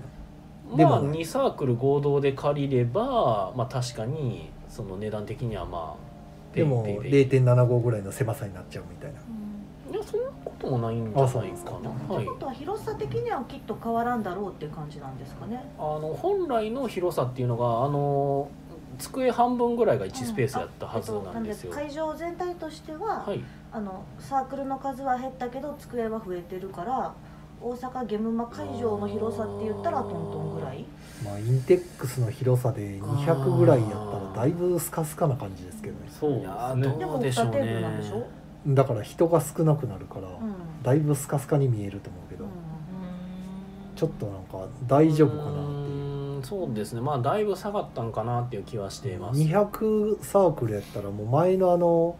Speaker 2: なで
Speaker 1: ま
Speaker 2: も
Speaker 1: あ2サークル合同で借りれば、まあ、確かにその値段的にはまあ
Speaker 2: でも
Speaker 1: ペイペイでいい
Speaker 2: 0.75ぐらいの狭さになっちゃうみたいな
Speaker 1: やそんなこともないんじゃないかな。
Speaker 6: と
Speaker 1: はいいう
Speaker 6: ことは広さ的にはきっと変わらんだろうっていう感じなんですかね。
Speaker 1: あの本来の広さっていうのがあの机半分ぐらいが1スペースやったはずなんですよ。
Speaker 6: あえっとなんで会場全体としては、
Speaker 1: はい、
Speaker 6: あのサークルの数は減ったけど机は増えてるから大阪ゲムマ会場の広さって言ったらトントンぐらい
Speaker 2: まあインテックスの広さで200ぐらいやったらだいぶスカスカな感じですけどね
Speaker 3: そう
Speaker 1: い
Speaker 3: で
Speaker 1: や
Speaker 3: す
Speaker 1: ーど
Speaker 3: ね
Speaker 1: う
Speaker 6: でも
Speaker 1: で
Speaker 6: 2
Speaker 1: し
Speaker 6: テ
Speaker 1: ょうね
Speaker 6: ーブルなんでしょ、
Speaker 2: だから人が少なくなるから
Speaker 6: うん
Speaker 2: だいぶスカスカに見えると思うけど、ちょっとなんか大丈夫かなっていう
Speaker 1: うーんそうですねまあだいぶ下がったんかなっていう気はしています
Speaker 2: 200サークルやったらもう前のあの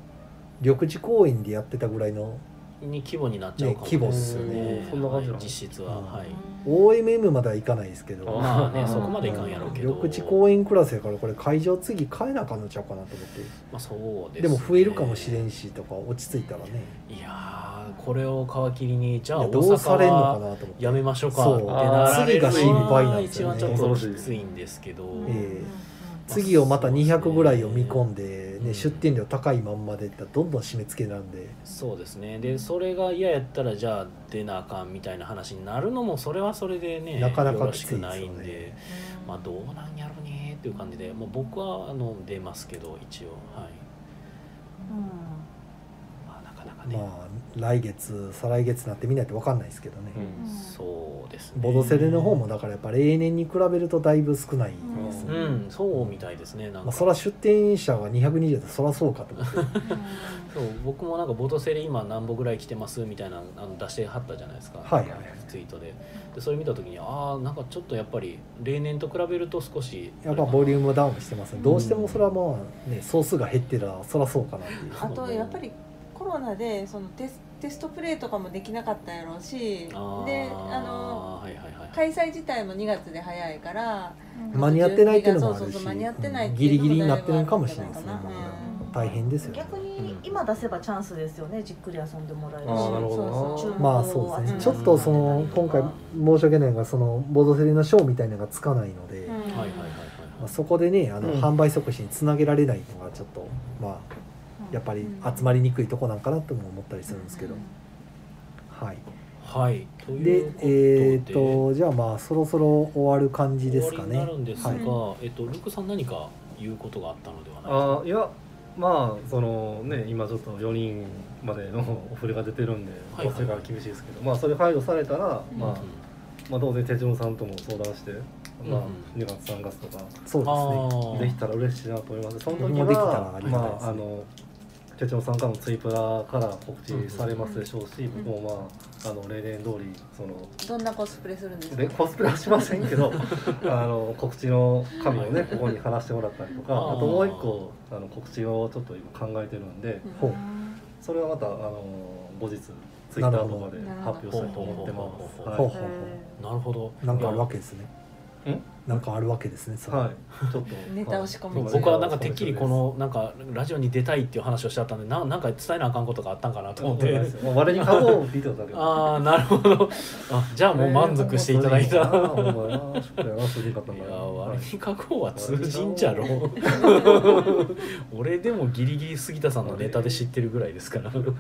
Speaker 2: 緑地公園でやってたぐらいの
Speaker 1: に規模になっちゃうかも
Speaker 2: ね規模っすよ
Speaker 3: ねそんな感じなの
Speaker 1: はい実質は、
Speaker 2: うん
Speaker 1: はい
Speaker 2: OMM まではいかないですけど
Speaker 3: あ
Speaker 1: まあ
Speaker 3: う
Speaker 1: ね
Speaker 3: ん
Speaker 1: そこまでいかんやろうけど
Speaker 2: 緑地公園クラスやからこれ会場次変えなあかんのちゃうかなと思って
Speaker 1: まあそうで
Speaker 2: です
Speaker 1: ね、
Speaker 2: も増えるかもしれんしとか落ち着いたらね
Speaker 1: いやーこれを皮切りにじゃ
Speaker 2: い
Speaker 1: あ
Speaker 2: や
Speaker 1: 大
Speaker 2: どうさ
Speaker 1: 阪
Speaker 2: れんのか
Speaker 1: は
Speaker 2: なと思って
Speaker 1: やめましょうか
Speaker 2: そう
Speaker 1: ってなられるのは
Speaker 2: 次が心配なんです
Speaker 1: 一
Speaker 2: よ
Speaker 1: 番
Speaker 2: ね
Speaker 1: ちょっときついんですけど、
Speaker 2: ええ
Speaker 1: まあ
Speaker 2: 次をまた200ぐらいを見
Speaker 1: そうですね
Speaker 2: 込んで、
Speaker 1: う
Speaker 2: ね、
Speaker 1: ん
Speaker 2: 出店料高いまんまでいったらどんどん締め付けなんで、
Speaker 1: そうですねでそれが嫌やったらじゃあ出なあかんみたいな話になるのもそれはそれでね
Speaker 2: なかなか
Speaker 1: よろ
Speaker 2: きつ
Speaker 1: し
Speaker 2: いです
Speaker 1: く
Speaker 2: よね
Speaker 1: ないんでまあどうなんやろねっていう感じでもう僕はあの出ますけど一応はいまあなかなかね、
Speaker 2: まあ来月再来月になってみないと分かんないですけどね、
Speaker 3: うん
Speaker 1: そうですね
Speaker 2: ボドセレの方もだからやっぱ例年に比べるとだいぶ少ないです
Speaker 1: う
Speaker 2: ね、
Speaker 1: んそうみたいですねなんか、
Speaker 2: まあ、そら出店者が220だとそらそうかと思 って
Speaker 1: そう僕もなんかボトセレ今何本ぐらい来てますみたいなのあの出してはったじゃないですか
Speaker 2: はいはい
Speaker 1: ツイートででそれ見た時にああなんかちょっとやっぱり例年と比べると少し
Speaker 2: やっぱボリュームダウンしてますねどうしてもそれはまあね総数が減ってらそらそうかなっていう
Speaker 4: あとやっぱりコロナでそのテステストプレーとかもできなかったやろうしであ
Speaker 1: あー
Speaker 4: の
Speaker 1: はいはいはい
Speaker 4: 開催自体も2月で早いから
Speaker 2: 間に合ってないっていうのもあ
Speaker 4: そう
Speaker 2: る
Speaker 4: そう
Speaker 2: し
Speaker 4: そう間に合ってないって
Speaker 2: ギ
Speaker 4: い
Speaker 2: リ
Speaker 4: うの
Speaker 2: ギ
Speaker 4: も
Speaker 2: リになってるのかもしれないですね
Speaker 4: だいぶあるんじゃないかな
Speaker 2: まあ大変ですよね
Speaker 6: 逆に今出せばチャンスですよねじっくり遊んでもらえるし
Speaker 3: あーなるほどな
Speaker 6: 注目
Speaker 2: まあそうですね、
Speaker 4: うん
Speaker 2: ちょっとその今回申し訳ないがそのボードセリの賞みたいなのがつかないので、
Speaker 4: うんう
Speaker 1: は
Speaker 4: ん
Speaker 1: いはいはいはい
Speaker 2: まあ、そこでねあの、
Speaker 3: うん
Speaker 2: 販売促進につなげられないのがちょっとまあやっぱり集まりにくいとこなんかなとも思ったりするんですけど、はい
Speaker 1: はいはいとい
Speaker 2: で
Speaker 1: うことで
Speaker 2: えー、っとじゃあまあそろそろ終わる感じです
Speaker 1: 終
Speaker 2: か
Speaker 1: わりにな
Speaker 2: ね
Speaker 1: るんですが、
Speaker 2: はい
Speaker 1: えっとルクさん何か言うことがあったのではないですか
Speaker 3: あーいやまあそのね今ちょっと4人までのお触れが出てるんで、
Speaker 1: はいはい
Speaker 3: それが厳しいですけどまあそれ配慮されたら、
Speaker 4: うん
Speaker 3: まあ
Speaker 1: うん
Speaker 3: まあ当然手順さんとも相談して、まあ
Speaker 1: うん
Speaker 3: 2月3月とか
Speaker 2: そうですね
Speaker 1: あー
Speaker 3: できたら嬉しいなと思いますその
Speaker 2: 僕
Speaker 3: 時
Speaker 2: もできたらあ
Speaker 3: は
Speaker 2: りがたいで
Speaker 3: ます
Speaker 2: ね
Speaker 3: ああの手順さんからもツイプラから告知されますでしょうし、
Speaker 4: ん
Speaker 3: 僕もまああの例年通りその
Speaker 4: どんなコスプレするんですか
Speaker 3: でコスプレはしませんけどあの告知の紙をねここに貼らせてもらったりとかあ
Speaker 1: あー
Speaker 3: ともう一個あの告知をちょっと今考えてるんで
Speaker 2: ほう
Speaker 3: それはまたあの後日ツイッターとかで
Speaker 4: なるほど
Speaker 3: 発表したいと思ってます
Speaker 1: なる
Speaker 3: は
Speaker 2: ほう
Speaker 3: い
Speaker 2: ほうほ
Speaker 1: なるほど
Speaker 2: うなんかあるわけですね
Speaker 3: ん
Speaker 2: なんかあるわけですねそれ
Speaker 3: はいちょっと
Speaker 4: ネタを仕込み中
Speaker 1: 僕はなんかてっきりこのなんかラジオに出たいっていう話をしちゃったんでななんか伝えなあかんことがあったんかなと思
Speaker 3: 思
Speaker 1: っ
Speaker 3: って
Speaker 1: て
Speaker 3: ますもう我に過去を見てただけ
Speaker 1: ああなるほどあじゃあもう満足していただいた、
Speaker 3: お前なしょうがなすげえかったん
Speaker 1: い
Speaker 3: だ
Speaker 1: や
Speaker 3: よ
Speaker 1: 割に加工は通じんじゃろ俺でもギリギリ杉田さんのネタで知ってるぐらいですから、はい、
Speaker 2: なる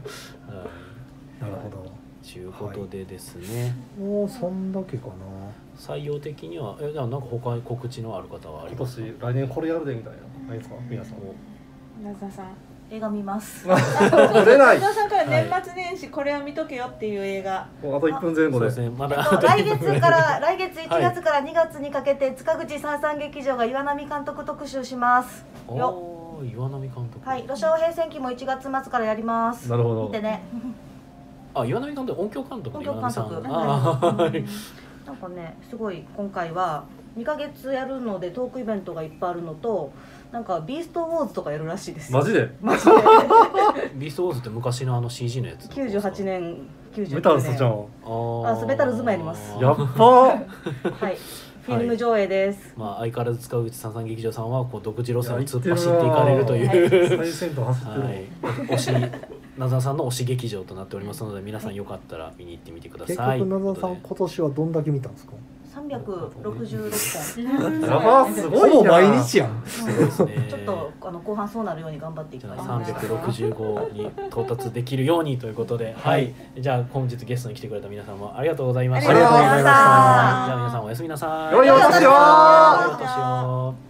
Speaker 2: ほど
Speaker 1: ということでですね、
Speaker 2: もうそんだけかな
Speaker 1: 採用的にはえじゃあなんか他に告知のある方はあり
Speaker 3: 今
Speaker 1: ますか
Speaker 3: 年来年これやるでみたいなないですか皆さん
Speaker 4: なずなさん
Speaker 6: 映画見ます
Speaker 3: 取れない
Speaker 4: なずなさんから年末年始これを見とけよっていう映画
Speaker 3: もうあと1分前後
Speaker 1: そう
Speaker 3: で
Speaker 1: ですねまだ
Speaker 6: そう来月から 来月
Speaker 1: は
Speaker 6: 1
Speaker 1: い
Speaker 6: 月から2月にかけて塚口三三劇場が岩波監督特集しますよ
Speaker 1: おー岩波監督
Speaker 6: はいロシア平戦期も1月末からやります
Speaker 3: なるほ
Speaker 6: 見
Speaker 3: ど
Speaker 6: てね
Speaker 1: あ岩波監督音響監督の
Speaker 6: 音
Speaker 1: 岩
Speaker 6: 響
Speaker 1: 波さ
Speaker 6: 監
Speaker 1: ん
Speaker 6: 督
Speaker 1: あー はい
Speaker 6: なんかねすごい今回は2ヶ月やるのでトークイベントがいっぱいあるのとなんかビーストウォーズとかやるらしいです
Speaker 3: マジで
Speaker 6: マジで
Speaker 1: ビーストウォーズって昔のあの CG のやつ
Speaker 6: 98年99年
Speaker 3: メタルスじゃん
Speaker 1: あー
Speaker 6: あスペタルズもやります
Speaker 1: や
Speaker 3: や
Speaker 1: っ
Speaker 3: っば
Speaker 6: はいフィルム上映です。
Speaker 1: まあ、相変わらず使う内さんさん劇場さんはこう独自路線を
Speaker 3: いや
Speaker 1: 突っ走っていかれるという
Speaker 3: 最先端走ってる、
Speaker 1: はい、推し、なざさんの推し劇場となっておりますので、皆さんよかったら見に行ってみてくだ
Speaker 2: 結
Speaker 1: さい。
Speaker 2: 局謎さ
Speaker 1: と
Speaker 2: ん
Speaker 1: いうこ
Speaker 2: 今年はどんだけ見たんですか
Speaker 6: 三百六十六本。
Speaker 3: やばすご
Speaker 2: ほ
Speaker 3: いな
Speaker 2: ぼ毎日やん
Speaker 1: とでですね
Speaker 6: ちょっとあの後半そうなるように頑張っていき
Speaker 1: じ
Speaker 6: た
Speaker 1: ゃ
Speaker 6: い
Speaker 1: あ
Speaker 6: と思います。
Speaker 1: 365に到達できるようにということで、
Speaker 2: は
Speaker 1: はいい、じゃあ本日ゲストに来てくれた皆さんもありがとうございました。
Speaker 2: ありがとうございました
Speaker 1: じゃあ皆さんおやすみなさい。
Speaker 3: 良いお年を
Speaker 1: 良いお年を